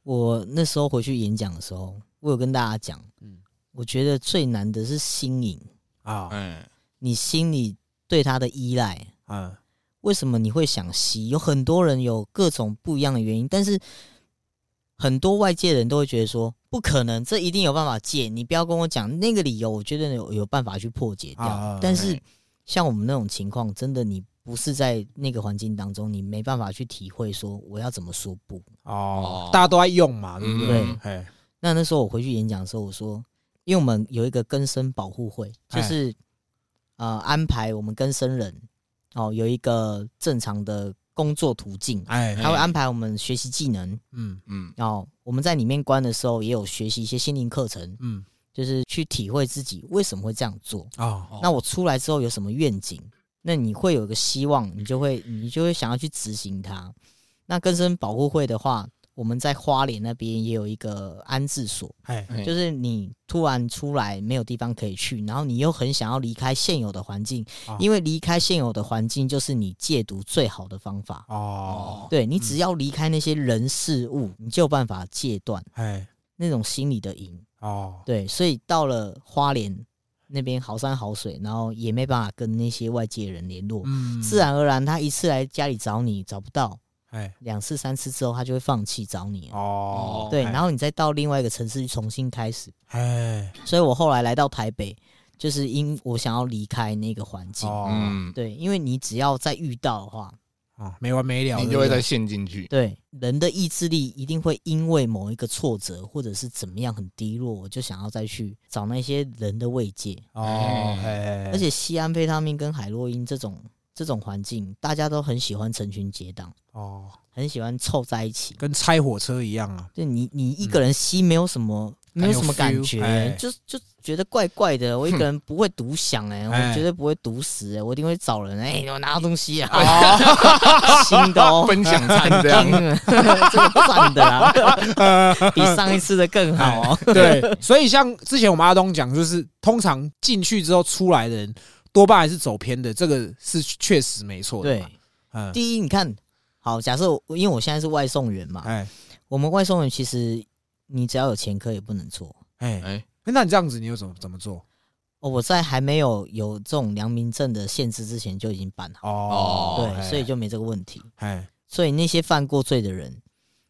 S3: 我那时候回去演讲的时候，我有跟大家讲，
S1: 嗯
S3: 我觉得最难的是心瘾，
S1: 啊，
S2: 嗯，
S3: 你心里对他的依赖，
S1: 嗯，
S3: 为什么你会想吸？有很多人有各种不一样的原因，但是很多外界人都会觉得说不可能，这一定有办法戒。你不要跟我讲那个理由，我觉得有有办法去破解掉。
S1: 啊啊啊
S3: 但是
S2: 哎
S3: 像我们那种情况，真的你不是在那个环境当中，你没办法去体会说我要怎么说不。
S1: 哦
S2: 哦，
S1: 大家都在用嘛，对不对
S2: 嗯？
S1: 哎，
S3: 那那时候我回去演讲的时候，我说，因为我们有一个更生保护会，
S1: 哎
S3: 就是呃安排我们更生人哦有一个正常的工作途径，
S1: 哎，
S3: 他会安排我们学习技能。
S1: 嗯
S2: 嗯
S3: 然后我们在里面关的时候，也有学习一些心灵课程，
S1: 嗯，
S3: 就是去体会自己为什么会这样做。
S1: 哦，
S2: 哦
S3: 那我出来之后有什么愿景？那你会有一个希望，你就会你就会想要去执行它。那更生保护会的话，我们在花莲那边也有一个安置所，
S1: 哎，
S2: 哎
S3: 就是你突然出来没有地方可以去，然后你又很想要离开现有的环境
S1: 啊，
S3: 因为离开现有的环境就是你戒毒最好的方法。
S1: 哦，
S3: 对你只要离开那些人事物，你就有办法戒断
S1: 哎，
S3: 那种心理的瘾。
S1: 哦，
S3: 对，所以到了花莲那边好山好水，然后也没办法跟那些外界人联络，
S1: 嗯
S3: 自，然而然他一次来家里找你找不到，
S1: 哎，
S3: 两次三次之后他就会放弃找你了。
S1: 哦，
S3: 对，
S1: 哎
S3: 然，后你再到另外一个城市去重新开始。
S1: 哎，
S3: 所以我后来来到台北，就是因我想要离开那个环境。
S1: 哦，
S2: 嗯，
S3: 对，因为你只要再遇到的话，
S1: 哦，没完没了的，
S2: 你就会再陷进去。
S3: 对，人的意志力一定会因为某一个挫折或者是怎么样很低落，我就想要再去找那些人的慰藉。
S1: 哦，哎，
S3: 而且西安非他命跟海洛因这种这种环境，大家都很喜欢成群结党，
S1: 哦，
S3: 很喜欢凑在一起。
S1: 跟拆火车一样啊，
S3: 就你你一个人吸没有什么、
S1: 嗯
S3: 没有什么
S1: 没有
S3: 感
S1: feel，
S3: 觉，
S1: 哎
S3: 就就觉得怪怪的。我一个人不会独享哎、
S1: 哎
S3: 我绝对不会独食哎、我一定会找人哎、我拿到东西 啊，
S1: 哦，
S3: 新的哦。
S2: 分享餐这样
S3: 嗯， 这个赚的啦，比上一次的更好
S1: 哎
S3: 哦。
S1: 对，所以像之前我们阿东讲，就是通常进去之后出来的人，多半还是走偏的，这个是确实没错的
S3: 对
S1: 嘛。，嗯，
S3: 第一你看，好，假设我因为我现在是外送员嘛，
S1: 哎
S3: 我们外送员其实你只要有前科也不能做。
S1: 哎，
S2: 哎，
S1: 那你这样子，你又怎么怎么做？
S3: 哦，我在还没有有这种良民证的限制之前就已经办好，
S1: 哦，
S3: 对，所以
S1: 就
S3: 就没这个问题。
S1: 哎
S3: 所以那些犯过罪的人，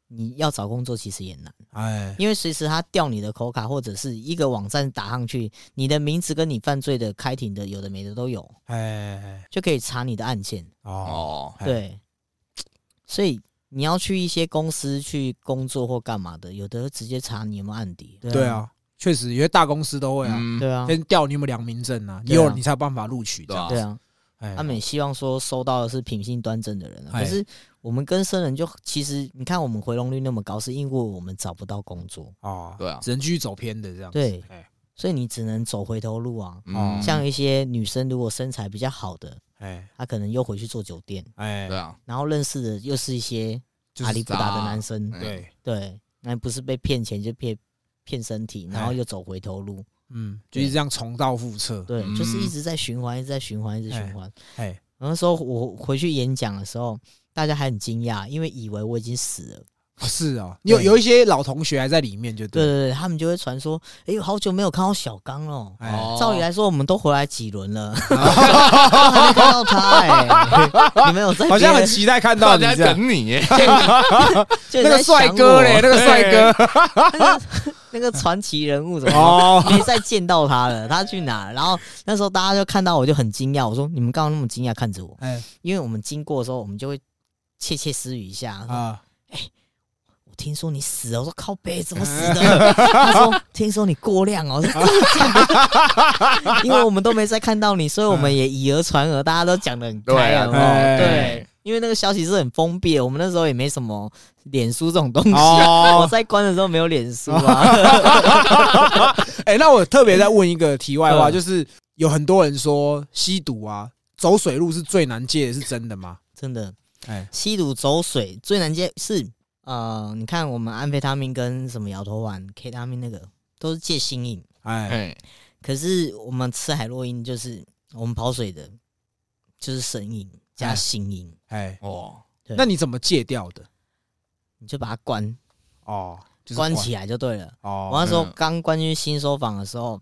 S3: 你要找工作其实也难，
S1: 哎
S3: 因为随时他调你的口卡或者是一个网站打上去，你的名字跟你犯罪的开庭的有的没的都有，
S1: 哎
S3: 就可以查你的案件。
S1: 哦
S2: 哦，
S1: 哎
S3: 对，所以你要去一些公司去工作或干嘛的，有的直接查你有没有案底。
S1: 对，啊，确实，有些大公司都会啊，
S2: 嗯，
S3: 对啊，
S1: 先调你有没有良民证啊，
S3: 对啊
S1: 有你才有办法录取的。
S3: 对啊，
S1: 哎
S3: 他们也希望说收到的是品性端正的人啊。
S1: 哎
S3: 可是我们跟生人就其实，你看我们回笼率那么高，是因为我们找不到工作，
S1: 哦，
S2: 对啊
S1: 只能继续走偏的这样子。
S3: 对
S1: 哎
S3: 所以你只能走回头路啊。
S2: 嗯
S3: 像一些女生，如果身材比较好的，
S1: 哎
S3: 她可能又回去做酒店，
S1: 哎
S2: 对，啊，
S3: 然后认识的又是一些
S1: 就是啊
S3: 阿里不达的男生，
S2: 哎
S1: 对，
S3: 对，那不是被骗钱就骗骗身体，
S1: 哎
S3: 然后又走回头路。
S1: 嗯，就是这样重蹈覆辙。
S3: 对，
S2: 嗯
S3: 就是一直在循环，一直在循环，一直
S1: 哎
S3: 循环。
S1: 哎
S3: 然后那时候我回去演讲的时候，大家还很惊讶，因为以为我已经死了。
S1: 啊是哦，有
S3: 对
S1: 有一些老同学还在里面，就
S3: 对
S1: 对了。
S3: 对对，他们就会传说，哎、呦，好久没有看到小刚了。
S2: 哦
S1: 哎，
S3: 照理来说，我们都回来几轮 了，都还没看到他哎、 你们有在
S1: 好像
S3: 别
S1: 很
S3: 人
S1: 期待看到
S2: 大
S1: 你
S2: 家
S1: 这样。
S2: 等你耶，
S3: 就有
S1: 那
S3: 在
S1: 个帅
S3: 想
S1: 哥
S3: 我
S1: 嘞，那个帅哥，
S3: 那个那个传奇人物怎 么
S1: 哦，
S3: 没再见到他了？他去哪了？然后那时候大家就看到我就很惊讶，我说你们刚刚那么惊讶看着我，
S1: 哎
S3: 因为我们经过的时候，我们就会窃窃私语一下。说
S1: 啊，
S3: 我听说你死了，我说靠背怎么死的？他说听说你过量哦，我说真的假的因为我们都没再看到你，所以我们也以讹传讹，大家都讲的很开
S2: 对
S3: 啊
S2: 啊，
S3: 有没
S1: 哎
S3: 有对。因为那个消息是很封闭的，我们那时候也没什么脸书这种东西。我
S1: 哦，
S3: 在关的时候没有脸书啊。
S1: 哎，那我特别再问一个题外话，
S3: 嗯
S1: 就是有很多人说吸毒啊，走水路是最难戒的，是真的吗？
S3: 真的，
S1: 哎，
S3: 吸毒走水最难戒是呃，你看我们安非他命跟什么摇头丸、K 他命那个都是戒心瘾，
S1: 哎，
S2: 哎，
S3: 可是我们吃海洛因就是我们跑水的，就是神瘾加心瘾，
S1: 哎，
S2: 哦，
S3: 对
S1: 那你怎么戒掉的？
S3: 你就把它关
S1: 哦，就是
S3: 关起来就对了。我
S1: 哦，
S3: 那时候
S2: 嗯
S3: 刚关进新收房的时候，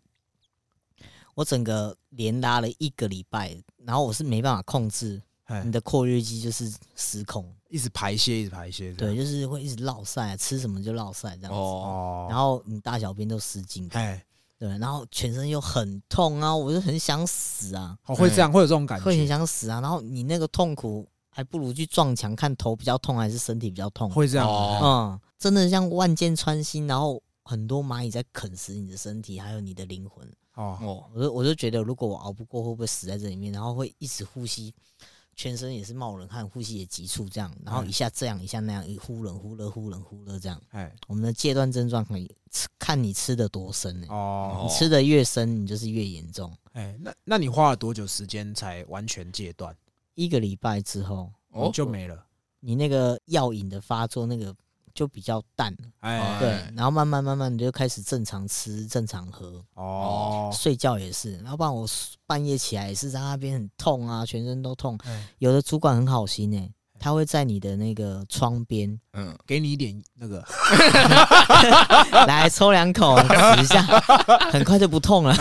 S3: 我整个连拉了一个礼拜，然后我是没办法控制
S1: 哎
S3: 你的括约肌就是失控，
S1: 一直排泄，一直排泄，
S3: 对，，就是会一直落晒，吃什么就落晒这样子。
S2: 哦，
S1: 啊哦，
S3: 然后你大小便都失禁，
S1: 哎，
S3: 对，然后全身又很痛啊，我就很想死啊，
S1: 哦，会这样，会有这种感
S3: 会很
S1: 觉，
S3: 想死啊。然后你那个痛苦，还不如去撞墙，看头比较痛还是身体比较痛。
S1: 会这样
S2: 哦
S1: 啊，
S3: 嗯，真的像万箭穿心，然后很多蚂蚁在啃食你的身体，还有你的灵魂。
S1: 哦，
S2: 哦，
S3: 我就我就觉得，如果我熬不过，会不会死在这里面？然后会一直呼吸，全身也是冒冷汗，呼吸也急促，这样，然
S1: 嗯
S3: 后一下这样，一下那样，一忽冷忽热，忽冷忽热这样。
S1: 哎，
S3: 我们的戒断症状可以吃看你吃的多深呢、
S1: 哦，
S3: 你吃的越深，你就是越严重。
S1: 哎，那那你花了多久时间才完全戒断？
S3: 一个礼拜之后，
S2: 哦，
S1: 就没了。
S3: 你那个药引的发作那个就比较淡了，
S1: 哎，
S3: 对
S2: 哎，
S3: 然后慢慢慢慢你就开始正常吃、正常喝，
S1: 哦，
S3: 睡觉也是，要不然我半夜起来也是在那边很痛啊，全身都痛。
S1: 哎
S3: 有的主管很好心
S1: 嗯
S3: 呢、他会在你的那个窗 边
S2: 嗯，
S1: 给你一点那个，
S3: 来抽两口，止 一下，很快就不痛了。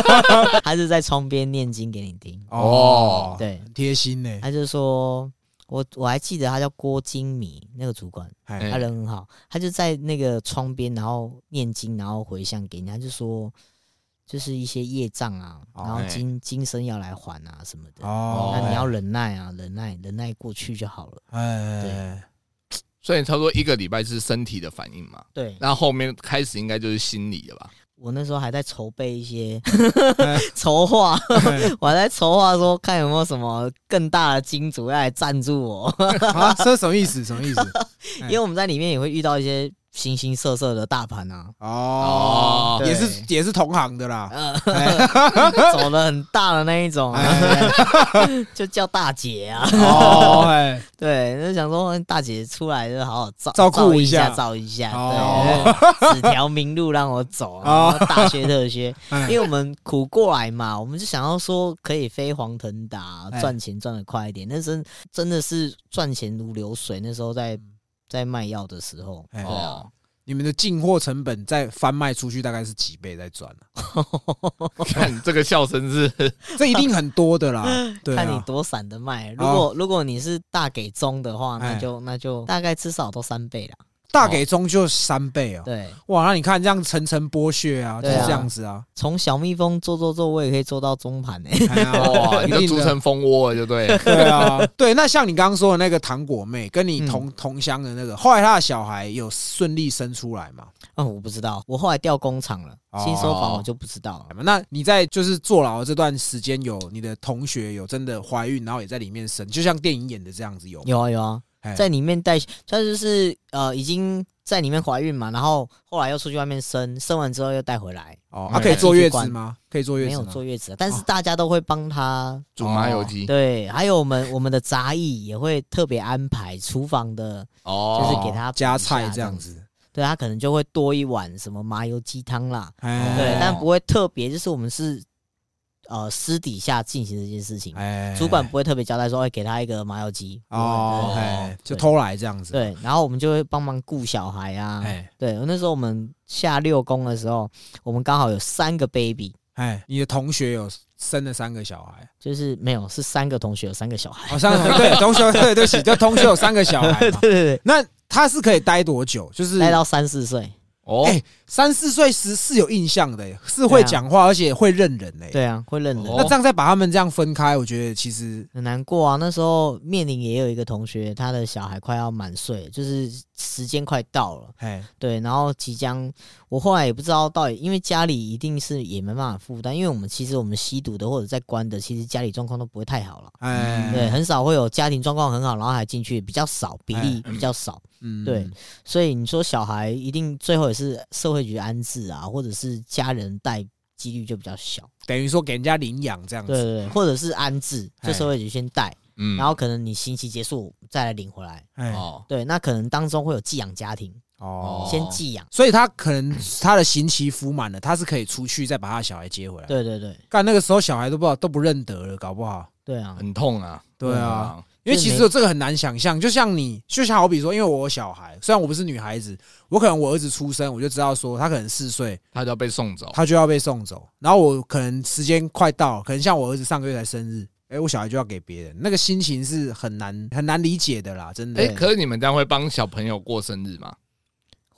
S3: 他是在窗边念经给你听，
S1: 哦，
S3: 对
S1: 很贴心呢。
S3: 他就说。我我还记得他叫郭金米，那个主管，
S1: 哎
S3: 他人很好，他就在那个窗边，然后念经，然后回向给你，他就说，就是一些业障啊，
S1: 哦
S3: 然后
S2: 哎
S3: 今今生要来还啊什么的，
S1: 哦，
S3: 那你要忍耐啊，忍耐，忍耐过去就好了。
S1: 哎，
S2: 所以你差不多一个礼拜是身体的反应嘛，
S3: 对，
S2: 那后面开始应该就是心理了吧？
S3: 我那时候还在筹备 一些
S1: 哎
S3: 筹划，
S1: 哎
S3: 我还在筹划说看有没有什么更大的金主要来赞助我，
S1: 啊，这什么意思？什么意思？
S3: 因为我们在里面也会遇到一些形形色色的大盘啊，
S1: 哦，
S3: 对
S1: 也是也是同行的啦。
S3: 呃，
S1: 哎
S3: 走的很大的那一种、
S1: 嗯
S3: 啊， 就叫大姐啊。
S1: 哦，哎，
S3: 对，就想说大姐出来就好好照
S1: 照顾
S3: 一
S1: 一下
S3: 照一下，
S1: 哦
S3: 对，指 条明路让我走，啊
S1: 哦
S3: 然后大学特学，
S1: 哎
S3: 因为我们苦过来嘛，我们就想要说可以飞黄腾达，
S1: 哎
S3: 赚钱赚的快一点。那真真的是赚钱如流水，那时候在在卖药的时候，
S1: 哎
S2: 哦，
S1: 你们的进货成本再翻卖出去大概是几倍在赚啊？
S2: 看这个笑声是
S1: 这一定很多的啦。对
S3: 看你
S1: 啊，
S3: 多散的卖。如果、如果你是大给中的话，那
S1: 哎
S3: 就那就大概至少都三倍了。
S1: 大给中就三倍哦。
S3: 对，
S1: 哇，那你看这样层层剥削啊，就
S3: 对
S1: 是
S3: 啊
S1: 这样子 啊。
S3: 从小蜜蜂做做做，我也可以做到中盘诶、欸
S1: 哎呀一
S2: 哇，你就
S1: 定
S2: 筑
S1: 的
S2: 成蜂窝了，就对 了。
S1: 对啊，对，那像你刚刚说的那个糖果妹，跟你同、
S3: 嗯
S1: 同乡的那个，后来她的小孩有顺利生出来嘛？
S3: 哦，我不知道，我后来调工厂了，
S1: 哦
S3: 新收房我就不知道了。
S1: 那你在就是坐牢的这段时间，有你的同学有真的怀孕，然后也在里面生，就像电影演的这样子有吗？
S3: 有啊有啊，
S1: 哎
S3: 在里面带，她就是呃已经在里面怀孕嘛，然后后来又出去外面生，生完之后又带回来，
S1: 哦，
S2: 嗯
S1: 啊，可以坐月子吗？可以坐月
S3: 没
S1: 子
S3: 有
S1: 吗？哦嗯
S3: 坐月子，但是大家都会帮她。
S2: 煮麻油鸡
S3: 对，还有我们我们的杂役也会特别安排厨房的，
S2: 哦，
S3: 就是给她补一
S1: 加
S3: 下
S1: 菜
S3: 这
S1: 这样
S3: 样子，
S1: 子，
S3: 对她可能就会多一碗什么麻油鸡汤啦，
S1: 哎，
S3: 对
S2: 哦，
S3: 但不会特别，就是我们是呃私底下进行这件事情，
S1: 哎，
S3: 主管不会特别交代说，哎，给他一个麻油鸡
S1: 哦，
S3: 对
S1: 哎，就
S3: 对
S1: 偷来这样子，，
S3: 对，然后我们就会帮忙顾小孩啊。
S1: 哎
S3: 对，那时候我们下六宫的时候，我们刚好有三个 baby，
S1: 哎，你的同学有生了三个小孩，
S3: 就是没有是三个同学有三个小孩。
S1: 哦，三个对，同学对 对不起，就同学有三个小孩嘛，
S3: 对对
S1: 那他是可以待多久？就是
S3: 对，待到三四岁，
S2: 哦，
S1: 哎三四岁时是有印象的耶，是会
S3: 对啊
S1: 讲话，而且会认人嘞。
S3: 对啊，会认人。
S1: 那这样再把他们这样分开，我觉得其实
S3: 很难过啊！那时候面临也有一个同学，他的小孩快要满岁，就是时间快到了，
S1: 哎，
S3: 对，然后即将，我后来也不知道到底，因为家里一定是也没办法负担，因为我们其实我们吸毒的或者在关的，其实家里状况都不会太好了，
S1: 哎，
S3: 嗯对，，很少会有家庭状况很好，然后还进去，比较少，比例比较少，
S1: 嗯
S3: 对，所以你说小孩一定最后也是社会局安置啊，或者是家人带。几率就比较小，
S1: 等于说给人家领养这样
S3: 对
S1: 子，
S3: 对对，或者是安置，就
S1: 嗯哎
S3: 社会局先带，
S2: 嗯
S3: 然后可能你刑期结束再来领回来。
S1: 哎，
S2: 哦，
S3: 对，那可能当中会有寄养家庭，
S1: 哦，
S3: 先寄养。
S1: 所以他可能他的刑期服满了，他是可以出去再把他的小孩接回来。
S3: 对对对
S1: 干那个时候小孩都不知道都不认得了，搞不好。
S3: 对啊，
S2: 很痛啊，
S1: 对啊，
S2: 啊，
S1: 因为其实这个很难想象，就像你，就像好比说，因为我有小孩，虽然我不是女孩子，我可能我儿子出生，我就知道说他可能四岁，
S2: 他就要被送走，
S1: 他就要被送走，然后我可能时间快到了，可能像我儿子上个月才生日，哎，我小孩就要给别人，那个心情是很难很难理解的啦，真的。
S2: 哎、
S3: 对
S2: 可是你们这样会帮小朋友过生日吗？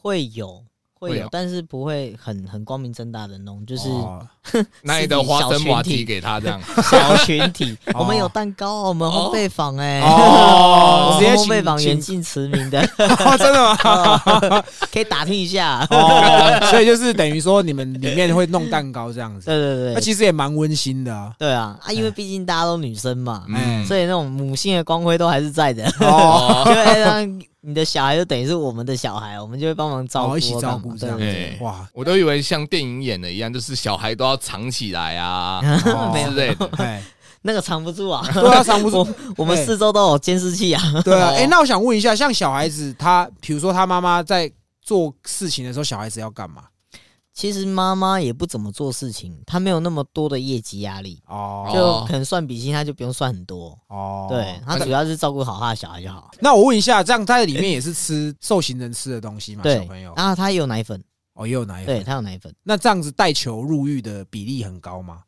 S3: 会有会
S2: 会
S3: 有
S2: 有，
S3: 但是不会很很光明正大的弄，就是
S1: 哦
S2: 那你的花生麻提给他这样，
S3: 小群体。
S1: 哦
S3: 我们有蛋糕，我们烘焙坊哎，
S1: 哦
S3: 我
S1: 直
S3: 们
S1: 接
S3: 烘焙坊
S1: 请
S3: 远近驰 名的，
S1: 哦真的 吗？
S3: 可以打听一下。
S1: 哦，所以就是等于说你们里面会弄蛋糕这样子，
S3: 对对
S1: 那
S3: 对，
S1: 其实也蛮温馨的啊。
S3: 对啊啊，因为毕竟大家都女生嘛，
S2: 嗯，
S3: 哎所以那种母性的光辉都还是在 的。
S1: 哦，
S3: 就
S2: 哦，
S3: 会让你的小孩就等于是我们的小孩，我们就会帮忙照顾，
S1: 哦一起照顾这样
S3: 对
S1: 子
S3: 对
S2: 对，
S1: 哇，
S2: 我都以为像电影演的一样，就是小孩都要藏起来啊
S1: 哦
S3: 没
S2: 之
S3: 有
S2: 类的，
S1: 哎，
S3: 那个藏不住啊。
S1: 对啊，藏不住。
S3: 我们四周都有监视器啊。
S1: 对啊，
S2: 哦
S1: 哎、那我想问一下，像小孩子他，比如说他妈妈在做事情的时候，小孩子要干嘛？
S3: 其实妈妈也不怎么做事情，她没有那么多的业绩压力，
S1: 哦
S3: 就可能算比心，她就不用算很多。
S1: 哦，
S3: 对，她主要是照顾好她的小孩就好。
S1: 那我问一下，这样他在里面也是吃受刑人吃的东西嘛？
S3: 对
S1: 小朋，友
S3: 然后她也有奶粉，
S1: 哦，也有奶
S3: 对
S1: 粉。
S3: 她有奶粉，
S1: 那这样子带球入狱的比例很高吗？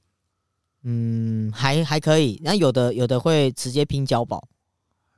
S3: 嗯，还还可以。然后有的有的会直接拼交保，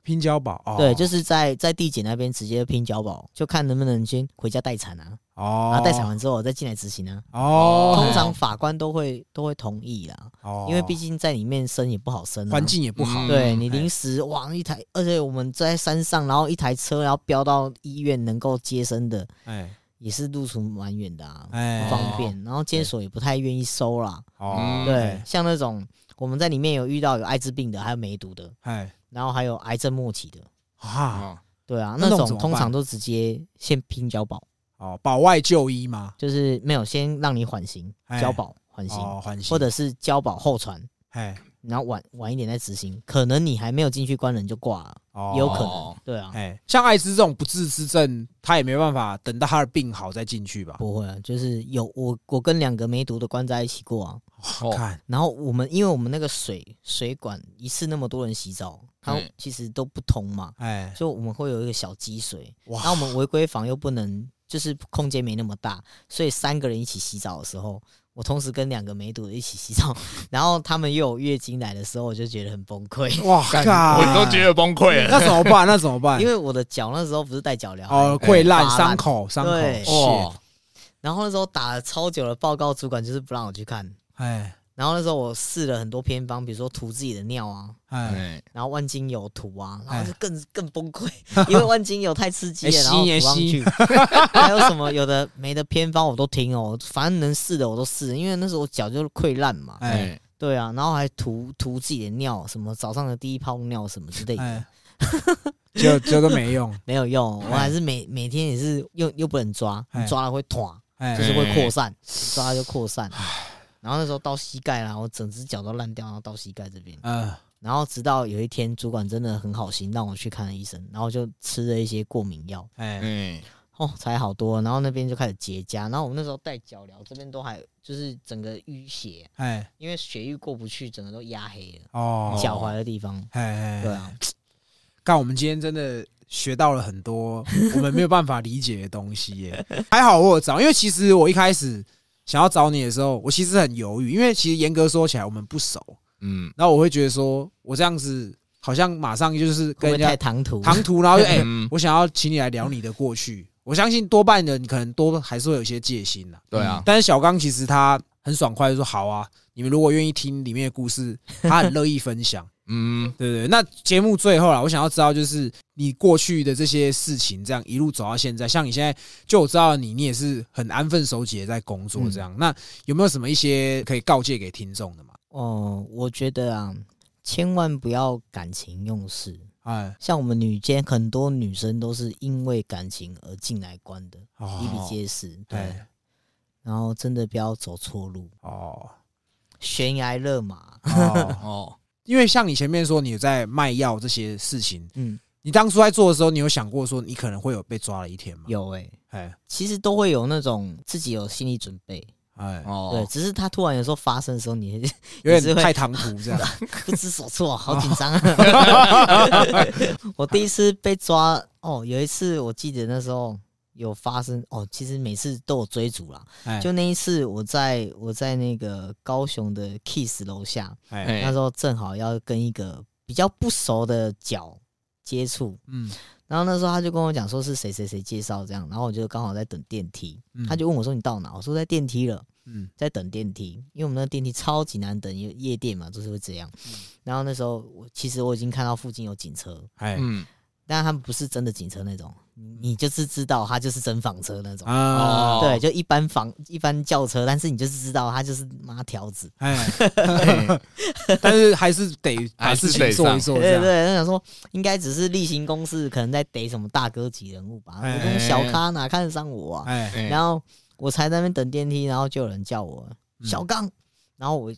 S1: 拼胶宝哦，
S3: 对，就是在在地检那边直接拼交保，就看能不能先回家待产啊，然
S1: 哦
S3: 后，待产完之后我再进来执行啊。
S1: 哦，
S3: 通常法官都会都会同意啦，
S1: 哦，
S3: 因为毕竟在里面生也不好生啊，
S1: 环境也哎不好，
S2: 嗯
S3: 对你临时哇一台，而且我们在山上，然后一台车，然后飙到医院能够接生的，
S1: 哎
S3: 也是路途蛮远的啊，
S1: 哎，
S3: 不嗯方便。然后监所也不太愿意收啦。
S1: 哦，
S2: 嗯
S3: 对，，像那种我们在里面有遇到有艾滋病的，还有梅毒的，
S1: 哎
S3: 然后还有癌症末期的。
S1: 啊，
S2: 哦
S3: 对啊，
S1: 那
S3: 那
S1: 种怎
S3: 种
S1: 么
S3: 通
S1: 办
S3: 常都直接先拼交保，
S1: 哦，保外就医吗？
S3: 就是没有先让你缓刑，
S1: 哎
S3: 交保缓刑，
S1: 哦，缓刑
S3: 或者是交保后传，
S1: 哎
S3: 然后晚晚一点再执行，可能你还没有进去关人就挂了，
S1: 哦
S3: 也有可能
S2: 哦。
S3: 对啊，
S1: 哎，像艾滋这种不治之症，他也没办法等到他的病好再进去吧？
S3: 不会啊，就是有我我跟两个梅毒的关在一起过啊。
S2: 哦
S1: 看
S3: 然后我们因为我们那个水水管一次那么多人洗澡，它
S2: 嗯
S3: 其实都不通嘛，
S1: 哎，
S3: 所以我们会有一个小积水。然
S1: 哇
S3: 后我们违规房又不能，就是空间没那么大，所以三个人一起洗澡的时候，我同时跟两个梅毒的一起洗澡， 然后他们又有月经来的时候，我就觉得很崩溃，
S1: 哇
S2: 干
S1: 靠！
S2: 我都觉得崩溃了。
S1: 那怎么办？那怎么办？
S3: 因为我的脚那时候不是带脚镣，
S1: 哦，溃烂
S3: 发烂
S1: 伤口，伤口
S3: 对
S1: 哦，
S2: 哦，
S3: 然后那时候打了超久的报告，主管就是不让我去看。
S1: 哎
S3: 然后那时候我试了很多偏方，比如说涂自己的尿啊，
S1: 哎，
S2: 哎，
S3: 然后万金油涂啊，
S1: 哎
S3: 然后就更更崩溃， 因为万金油太刺激了，
S1: 哎
S3: 然后
S1: 吸
S3: 涂上去， 还有什么有的没的偏方我都听哦，反正能试的我都试了，因为那时候我脚就溃烂嘛，
S1: 哎
S2: 哎，
S3: 对啊，然后还涂涂自己的尿，什么早上的第一泡尿什么之类的，
S1: 哎，就就都没用，
S3: 没有用，我还是每每天也是又又不能抓，
S1: 哎
S3: 你抓了会团，
S1: 哎
S3: 就是会扩散，你抓了就扩散，然后那时候到膝盖啦，我整只脚都烂掉，然后到膝盖这边。
S1: 呃
S3: 然后直到有一天，主管真的很好心，让我去看了医生，然后就吃了一些过敏药，
S1: 哎
S2: 哎，
S3: 哦，才好多了。然后那边就开始结痂，然后我们那时候带脚镣，这边都还就是整个淤血，
S1: 哎
S3: 因为血瘀过不去，整个都压黑了，
S1: 哦
S3: 脚踝的地方。
S1: 哎哎，
S3: 对啊，
S1: 干，我们今天真的学到了很多我们没有办法理解的东西耶。还好我有找，因为其实我一开始想要找你的时候，我其实很犹豫，因为其实严格说起来我们不熟，
S2: 嗯，
S1: 然后我会觉得说我这样子好像马上就是跟
S3: 会不会
S1: 人家
S3: 太唐突？
S1: 唐突，然后就哎、
S2: 嗯
S1: 我想要请你来聊你的过去。我相信多半人可能多还是会有一些戒心的。
S2: 对啊，
S1: 但是小刚其实他很爽快的说：“好啊，你们如果愿意听里面的故事，他很乐意分享。”
S2: 嗯，
S1: 对对，对那节目最后啦，我想要知道就是你过去的这些事情，这样一路走到现在，像你现在就我知道你，你也是很安分守己的在工作，这样、
S3: 嗯
S1: 那有没有什么一些可以告诫给听众的嘛？
S3: 哦，我觉得啊，千万不要感情用事。
S1: 哎，
S3: 像我们女间很多女生都是因为感情而进来关的，
S1: 哦
S3: 比比皆是。对
S1: 哎，
S3: 然后真的不要走错路，
S1: 哦
S3: 悬崖勒马。
S1: 哦，
S2: 哦，
S1: 因为像你前面说你有在卖药这些事情，
S3: 嗯，
S1: 你当初在做的时候，你有想过说你可能会有被抓的一天吗？，
S3: 有哎、
S1: 哎
S3: 其实都会有那种自己有心理准备，
S1: 哎，
S3: 对，
S2: 哦，
S3: 只是他突然有时候发生的时候，你
S1: 有
S3: 你是
S1: 点
S3: 会
S1: 太唐突 这样，
S3: 不知所措，好紧张啊！我第一次被抓，哦，有一次我记得那时候有发生，哦，其实每次都有追逐啦。
S1: 哎，
S3: 就那一次，我在我在那个高雄的 Kiss 楼下，
S1: 哎，
S2: 哎
S3: 那时候正好要跟一个比较不熟的脚接触，
S1: 嗯
S3: 然后那时候他就跟我讲说是谁谁谁介绍这样，然后我就刚好在等电梯，
S1: 嗯
S3: 他就问我说你到哪？我说在电梯了。
S1: 嗯
S3: 在等电梯，因为我们那个电梯超级难等，因为夜店嘛，就是会这样。
S1: 嗯
S3: 然后那时候我其实我已经看到附近有警车，
S1: 哎
S2: 嗯，
S3: 但他们不是真的警车那种，你你就是知道他就是真房车那种。
S1: 啊
S2: 哦
S3: 对，就一般房一般轿车，但是你就是知道他就是妈条子，
S1: 哎。
S2: 嘿
S1: 但是还是得把
S2: 还
S1: 事
S2: 是
S1: 情
S2: 得
S1: 做一
S2: 上
S1: 做，
S3: 对
S1: 这
S3: 对
S1: 样
S3: 对，他想说应该只是例行公事，可能在逮什么大哥级人物吧，
S1: 哎
S3: 我这种小咖哪看得上我啊？
S1: 哎，
S2: 哎
S3: 然后我才在那边等电梯，然后就有人叫我
S1: 嗯
S3: 小刚，然后我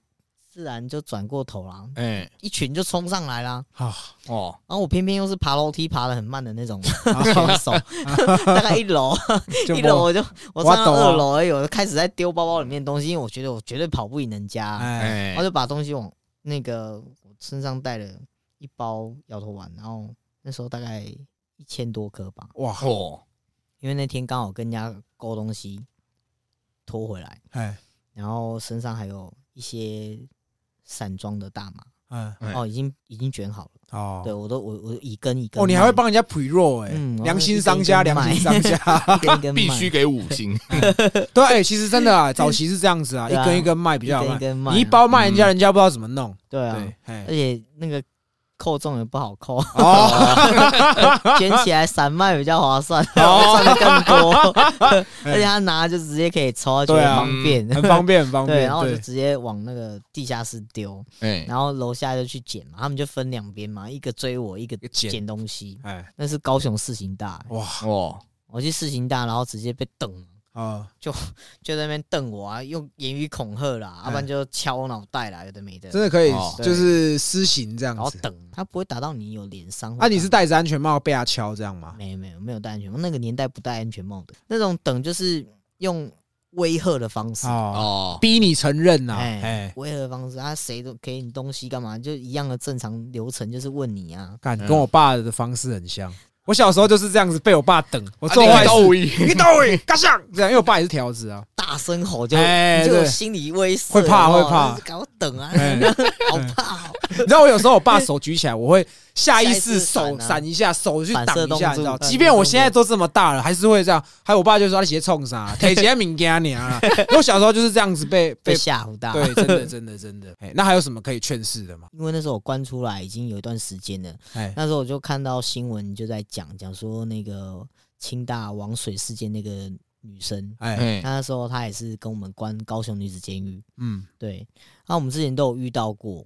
S3: 自然就转过头啦，
S2: 哎，
S3: 一群就冲上来啦。
S1: 好，
S2: 哦，
S3: 然后我偏偏又是爬楼梯爬的很慢的那种选手， 大概一楼
S1: 啊 就
S3: 一楼啊
S1: 摸
S3: 我就
S1: 我
S3: 我上到
S1: 懂啊
S3: 二楼而已，我就开始在丢包包里面的东西，因为我觉得我绝对跑不赢人家，
S1: 哎
S2: 哎
S3: 然后，就把东西往那个我身上带了一包摇头丸，然后那时候大概一千多颗吧，
S1: 哇
S2: 哦，
S3: 因为那天刚好跟人家勾东西拖回来，
S1: 哎
S3: 然后身上还有一些散装的大麻，
S1: 嗯
S2: 哎
S3: 哦，已经已经卷好了，
S1: 哦
S3: 对我都我我一根一根
S1: 哦，你还会
S3: 卖
S1: 帮人家 pre roll 哎，
S3: 嗯我
S1: 良心商家，
S3: 一根一
S1: 良
S3: 根
S1: 心商家，
S3: 一 根 一根
S2: 必
S3: 卖
S2: 须给五星，
S1: 对哎，其实真的啊，早期是这样子啊，一
S3: 对啊
S1: 根一根卖比
S3: 一
S1: 较
S3: 根
S1: 好
S3: 一
S1: 卖，
S3: 根卖啊，
S1: 你一包卖人家，
S2: 嗯
S1: 人家不知道怎么弄，
S3: 对啊，
S1: 对，
S3: 而
S1: 哎
S3: 且那个扣中也不好 扣，哎
S1: 哦，
S3: 卷起来散卖比较划算，
S1: 哦哎
S3: 赚的更多， 而且他拿就直接可以抽，觉
S1: 对
S3: 得
S1: 啊
S3: 方便，
S1: 很方便，很方
S3: 对，
S1: 便
S3: 然后，我就
S1: 对，
S3: 直接往那个地下室丢，
S2: 哎，
S3: 然后楼下就去捡嘛，他们就分两边嘛，一个追我，一个
S1: 个捡
S3: 捡东西。
S1: 哎
S3: 那是高雄市刑大、欸
S1: 哇
S2: 哦，
S3: 我去市刑大，然后直接被瞪，
S1: 哦
S3: 就在那边瞪我啊，用言语恐吓啦，啊要、不然就敲我脑袋啦，有的没的。
S1: 哎真的可以
S2: 哦
S1: 就是私刑这样
S3: 然后
S1: 子，
S3: 等他不会打到你有脸伤。
S1: 啊，你是？戴着安全帽被他敲这样吗？
S3: 没有没有没有戴安全帽，那个年代不戴安全帽的那种等就是用威吓的方式，
S1: 哦，
S2: 哦，
S1: 逼你承认呐，
S3: 哎、
S1: 哎，
S3: 威吓的方式，他谁都给你东西干嘛，就一样的正常流程，就是问你啊，
S1: 干
S2: 嗯
S1: 跟我爸的方式很像。我小时候就是这样子被我爸等，我
S2: 啊
S1: 做
S2: 你
S1: 坏事
S2: 高，五一，
S1: 你到位，嘎响， 这样，因为我爸也是条子 啊，
S3: 大声吼就、
S1: 哎
S3: 你就有
S1: 对
S3: 心理威慑，
S1: 会怕
S3: 有没有
S1: 会怕
S3: 赶快等啊，
S1: 哎
S3: 好怕、哦，
S1: 你知道我有时候我爸手举起来，我会下意识手
S3: 下意识闪啊
S1: 闪一下，手去挡一下，
S3: 反射动作
S1: 你知道，
S3: 嗯
S1: 即便我现在都这么大了，还是会这样。还有我爸就说他鞋冲啥，腿鞋敏感你 啊，因为我小时候就是这样子被
S3: 被
S1: 被，
S3: 吓唬到。
S1: 对，真的真的真的。哎，那还有什么可以劝世的吗？
S3: 因为那时候我关出来已经有一段时间了，
S1: 哎，
S3: 那时候我就看到新闻就在讲讲说那个清大王水事件那个女生，
S1: 哎，
S2: 哎，
S3: 那时候她也是跟我们关高雄女子监狱，
S1: 嗯，
S3: 对，那、我们之前都有遇到过，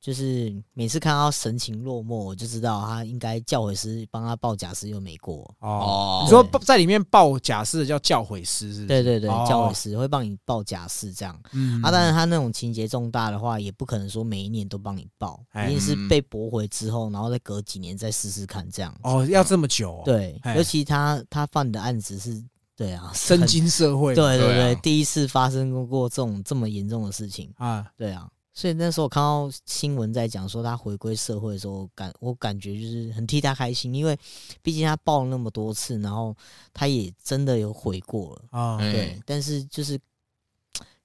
S3: 就是每次看到神情落寞，我就知道她应该教委师帮她报假释又没过，
S1: 哦，
S2: 哦，
S1: 你说在里面报假释的叫教诲师是不是？
S3: 对对对，
S1: 哦
S3: 教委师会帮你报假释这样。
S1: 嗯
S3: 啊，当然，他那种情节重大的话，也不可能说每一年都帮你报，
S1: 哎
S3: 一定是
S2: 嗯
S3: 被驳回之后，然后再隔几年再试试看这样。
S1: 哦，要这么久哦，
S3: 对，
S1: 哎
S3: 尤其他他犯的案子是，对啊，是
S1: 身
S3: 很，
S1: 经社会，
S3: 对对对，
S2: 对啊
S3: 第一次发生过这种这么严重的事情，
S1: 啊，
S3: 对啊，所以那时候我看到新闻在讲说他回归社会的时候，我感我感觉就是很替他开心，因为毕竟他报了那么多次，然后他也真的有悔过了。
S1: 啊，
S2: 哎
S3: 对，但是就是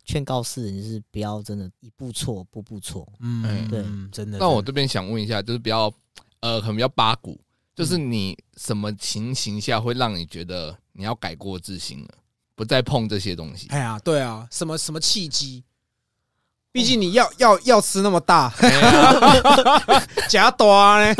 S3: 劝告世人，就是不要真的一步错，步步错。
S1: 嗯，
S2: 哎
S1: 对，真的。
S2: 那我
S1: 真的
S2: 这边想问一下，就是比较呃，可能比较八股，就是你什么情形下会让你觉得你要改过自新了，不再碰这些东西。
S1: 哎呀，对啊，什么什么契机？毕竟你要要要吃那么大， 假多呢？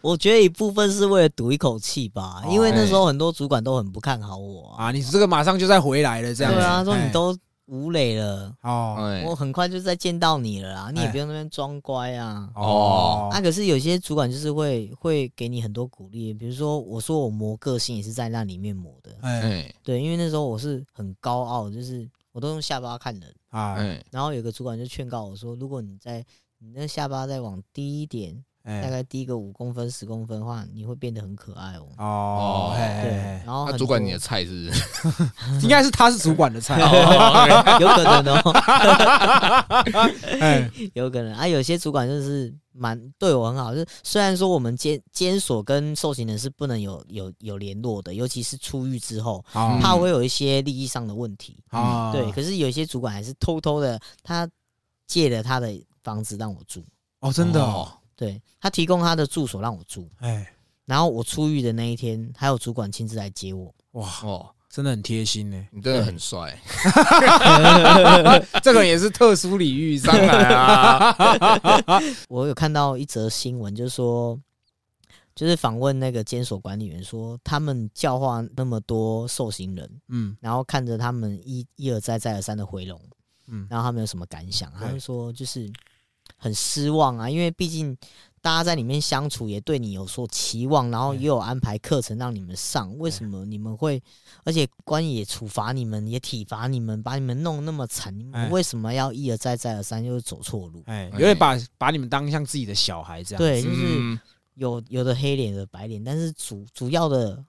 S3: 我觉得一部分是为了赌一口气吧，
S1: 哦
S3: 因为那时候很多主管都很不看好我啊。
S1: 啊，你这个马上就再回来了，这样
S3: 对
S1: 子
S3: 啊，说
S1: 哎
S3: 你都吴磊了，
S1: 哦
S2: 哎，
S3: 我很快就再见到你了啦，啊你也
S1: 哎
S3: 不用那边装乖啊。
S1: 哦
S3: 啊，可是有些主管就是会会给你很多鼓励，比如说我说我磨个性也是在那里面磨的，
S1: 哎
S2: 哎
S3: 对，因为那时候我是很高傲，就是我都用下巴看人。
S1: 啊
S2: 哎
S3: 然后有个主管就劝告我说，如果你在你那下巴再往低一点，大
S1: 哎
S3: 概低个五公分、十公分的话，你会变得很可爱哦。
S1: 哦，嘿
S3: 对
S1: 嘿，嘿
S3: 然后
S2: 那
S3: 很
S2: 主管
S3: 多
S2: 你的菜是不是？
S1: 应该是他是主管的 菜，
S2: 哦
S3: 有可能哦，
S1: 哎
S3: 有可能啊。有些主管就是蛮对我很好，就是虽然说我们监监所跟受刑人是不能有有有联络的，尤其是出狱之后，
S1: 好
S3: 怕会有一些利益上的问题。
S1: 嗯啊，
S3: 对，可是有些主管还是偷偷的，他借了他的房子让我住，
S1: 哦，真的哦，
S3: 对他提供他的住所让我住，
S1: 哎
S3: 然后我出狱的那一天，还有主管亲自来接我。
S1: 哇，
S2: 哦，
S1: 真的很贴心呢。
S2: 你真的 很帅，
S1: 这个也是特殊领域，
S2: 当然啊，
S3: 我有看到一则新闻，就是说，就是访问那个监所管理员说，他们教化那么多受刑人，
S1: 嗯
S3: 然后看着他们一一而再再而三的回笼，
S1: 嗯，
S3: 然后他们有什么感想？
S1: 对
S3: 他们说就是很失望啊，因为毕竟大家在里面相处，也对你有所期望，然后
S1: 对
S3: 也有安排课程让你们上，为什么你们会？而且官也处罚你们，也体罚你们，把你们弄那么惨，你
S1: 哎
S3: 们为什么要一而再再而三又走错路？
S1: 哎，
S2: 哎
S1: 有点把把你们当像自己的小孩这样。
S3: 对，就是
S2: 嗯，
S3: 有有的黑脸，有的白脸，但是主主要的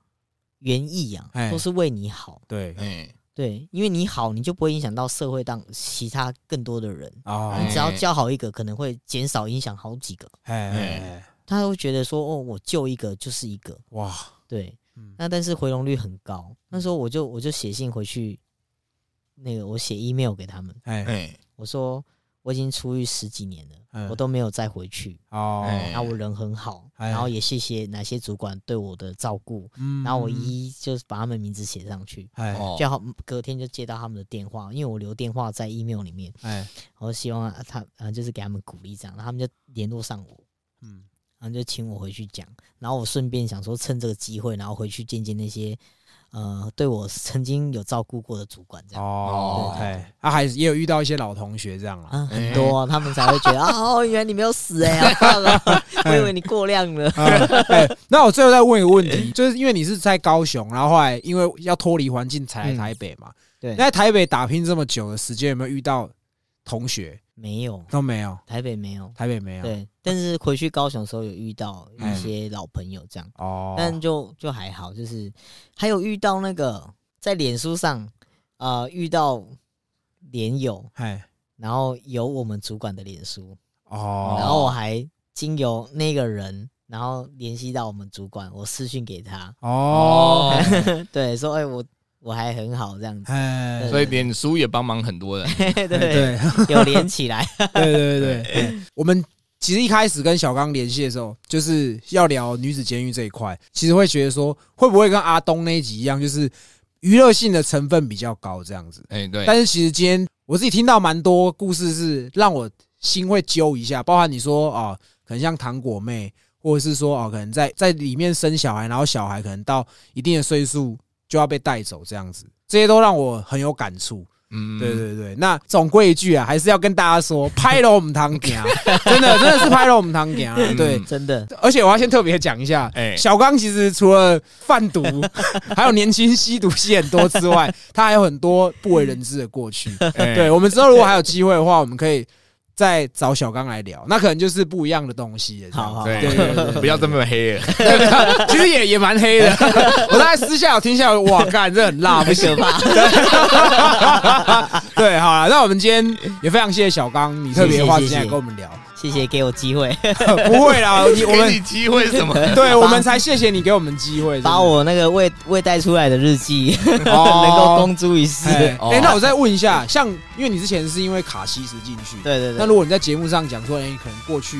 S3: 原意啊
S1: 哎，
S3: 都是为你好。
S1: 对，
S2: 哎，
S3: 对，因为你好，你就不会影响到社会当其他更多的人。
S1: 哦，
S3: 你
S1: 哎
S3: 只要教好一个，可能会减少影响好几个。
S1: 哎哎，
S3: 他会觉得说，哦，我救一个就是一个，
S1: 哇，
S3: 对
S1: 嗯。
S3: 那但是回笼率很高，那时候我就我就写信回去，那个我写 email 给他们，
S1: 哎
S2: 哎，
S3: 我说我已经出狱十几年了，
S1: 嗯
S3: 我都没有再回去，
S1: 哦，
S2: 哎
S3: 然后我人很好，
S1: 哎
S3: 然后也谢谢哪些主管对我的照顾，
S1: 嗯
S3: 然后我一一就是把他们名字写上去。
S1: 哎
S2: 哦，
S3: 就好，嗯隔天就接到他们的电话，因为我留电话在 email 里面，
S1: 哎
S3: 我希望他呃就是给他们鼓励这样，然后他们就联络上我，
S1: 嗯
S3: 然后就请我回去讲，然后我顺便想说趁这个机会，然后回去见见那些呃对我曾经有照顾过的主管这样。
S1: 哦，
S2: 对
S3: 对
S1: 哎，啊，还是也有遇到一些老同学这样啦。
S3: 啊，很多、啊、他们才会觉得啊哦，原来你没有死哎、好棒啊我以为你过量了。
S1: 啊哎那我最后再问一个问题，就是因为你是在高雄，然后后来因为要脱离环境才来
S3: 嗯
S1: 台北嘛。
S3: 对
S1: 那在台北打拼这么久的时间，有没有遇到同学？
S3: 没有，
S1: 都没有，
S3: 台北没有。
S1: 台北没有。
S3: 对，但是回去高雄的时候有遇到一些老朋友这样，
S1: 哦，
S3: 但就就还好，就是还有遇到那个在脸书上呃遇到连友，
S1: 哎
S3: 然后有我们主管的脸书，
S1: 哦，
S3: 然后我还经由那个人，然后联系到我们主管，我私讯给他，
S1: 哦，
S3: 对，说哎、我我还很好这样子，
S1: 哎，
S2: 所以脸书也帮忙很多人，
S3: 对
S1: 对对
S3: 有连起来，
S1: 对对对对，我们其实一开始跟小刚联系的时候，就是要聊女子监狱这一块，其实会觉得说，会不会跟阿东那一集一样，就是娱乐性的成分比较高这样子。
S2: 哎，对，
S1: 但是其实今天我自己听到蛮多故事，是让我心会揪一下，包含你说啊、可能像糖果妹，或者是说哦、可能在在里面生小孩，然后小孩可能到一定的岁数就要被带走这样子，这些都让我很有感触。
S2: 嗯，
S1: 对对对，那总归一句啊，还是要跟大家说，拍了我们堂家，真的真的是拍了我们堂家。
S2: 嗯
S1: 对，
S3: 真的
S1: 而且我要先特别讲一下，
S2: 哎
S1: 小刚其实除了贩毒，还有年轻吸毒吸很多之外，他还有很多不为人知的过去。
S2: 哎
S1: 对，我们之后如果还有机会的话，我们可以再找小刚来聊，那可能就是不一样的东西了。这样
S3: 好好
S2: 对
S1: 对对对对
S2: 不要这么黑了，
S1: 其实也也蛮黑的。我大概私下有听下来，哇，干这很辣， 不行吧？ 对，好了，那我们今天也非常谢谢小刚，你特别花时间来跟我们聊。 呃
S3: 谢谢给我机会，
S1: 不会 啦，你 我
S2: 给
S1: 们
S2: 你机会 什么？
S1: 对我们才谢谢你给我们机会，
S3: 把我那个未未带出来的日记
S1: 真的
S3: 能够
S1: 哦
S3: 公诸于世。
S1: 哎
S2: 哦
S1: 哎，那我再问一下，像因为你之前是因为卡西斯进去，
S3: 对对
S1: 那
S3: 对，
S1: 如果你在节目上讲说，哎，可能过去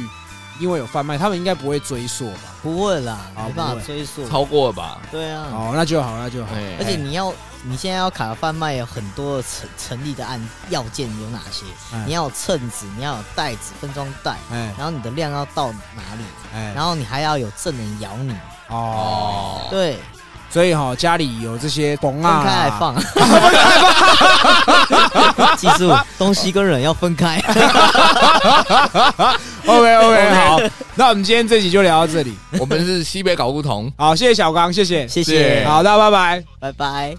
S1: 因为有贩卖，他们应该不会追溯吧？
S3: 不会啦，
S1: 啊
S3: 没
S1: 不
S3: 办
S1: 会
S3: 法追溯。
S2: 超过了吧？
S3: 对啊，
S1: 哦，那就好，那就好。
S2: 哎
S3: 而且你要你现在要卡贩卖有很多的成成立的案要件有哪些？
S1: 哎
S3: 你要有秤子，你要有袋子分装袋，
S1: 哎
S3: 然后你的量要到哪里，
S1: 哎，
S3: 然后你还要有证人咬你。
S1: 哦，
S2: 哦，
S3: 对，
S1: 所以哈，家里有这些崩
S3: 分
S1: 啊，
S3: 开来放， 记住东西跟人要分开。
S1: OK OK，好，那我们今天这集就聊到这里。
S2: 我们是西北搞不同。
S1: 好，谢谢小刚，谢谢，
S3: 谢
S2: 谢
S3: 谢
S2: 谢，
S1: 好，大家拜拜。
S3: 拜拜。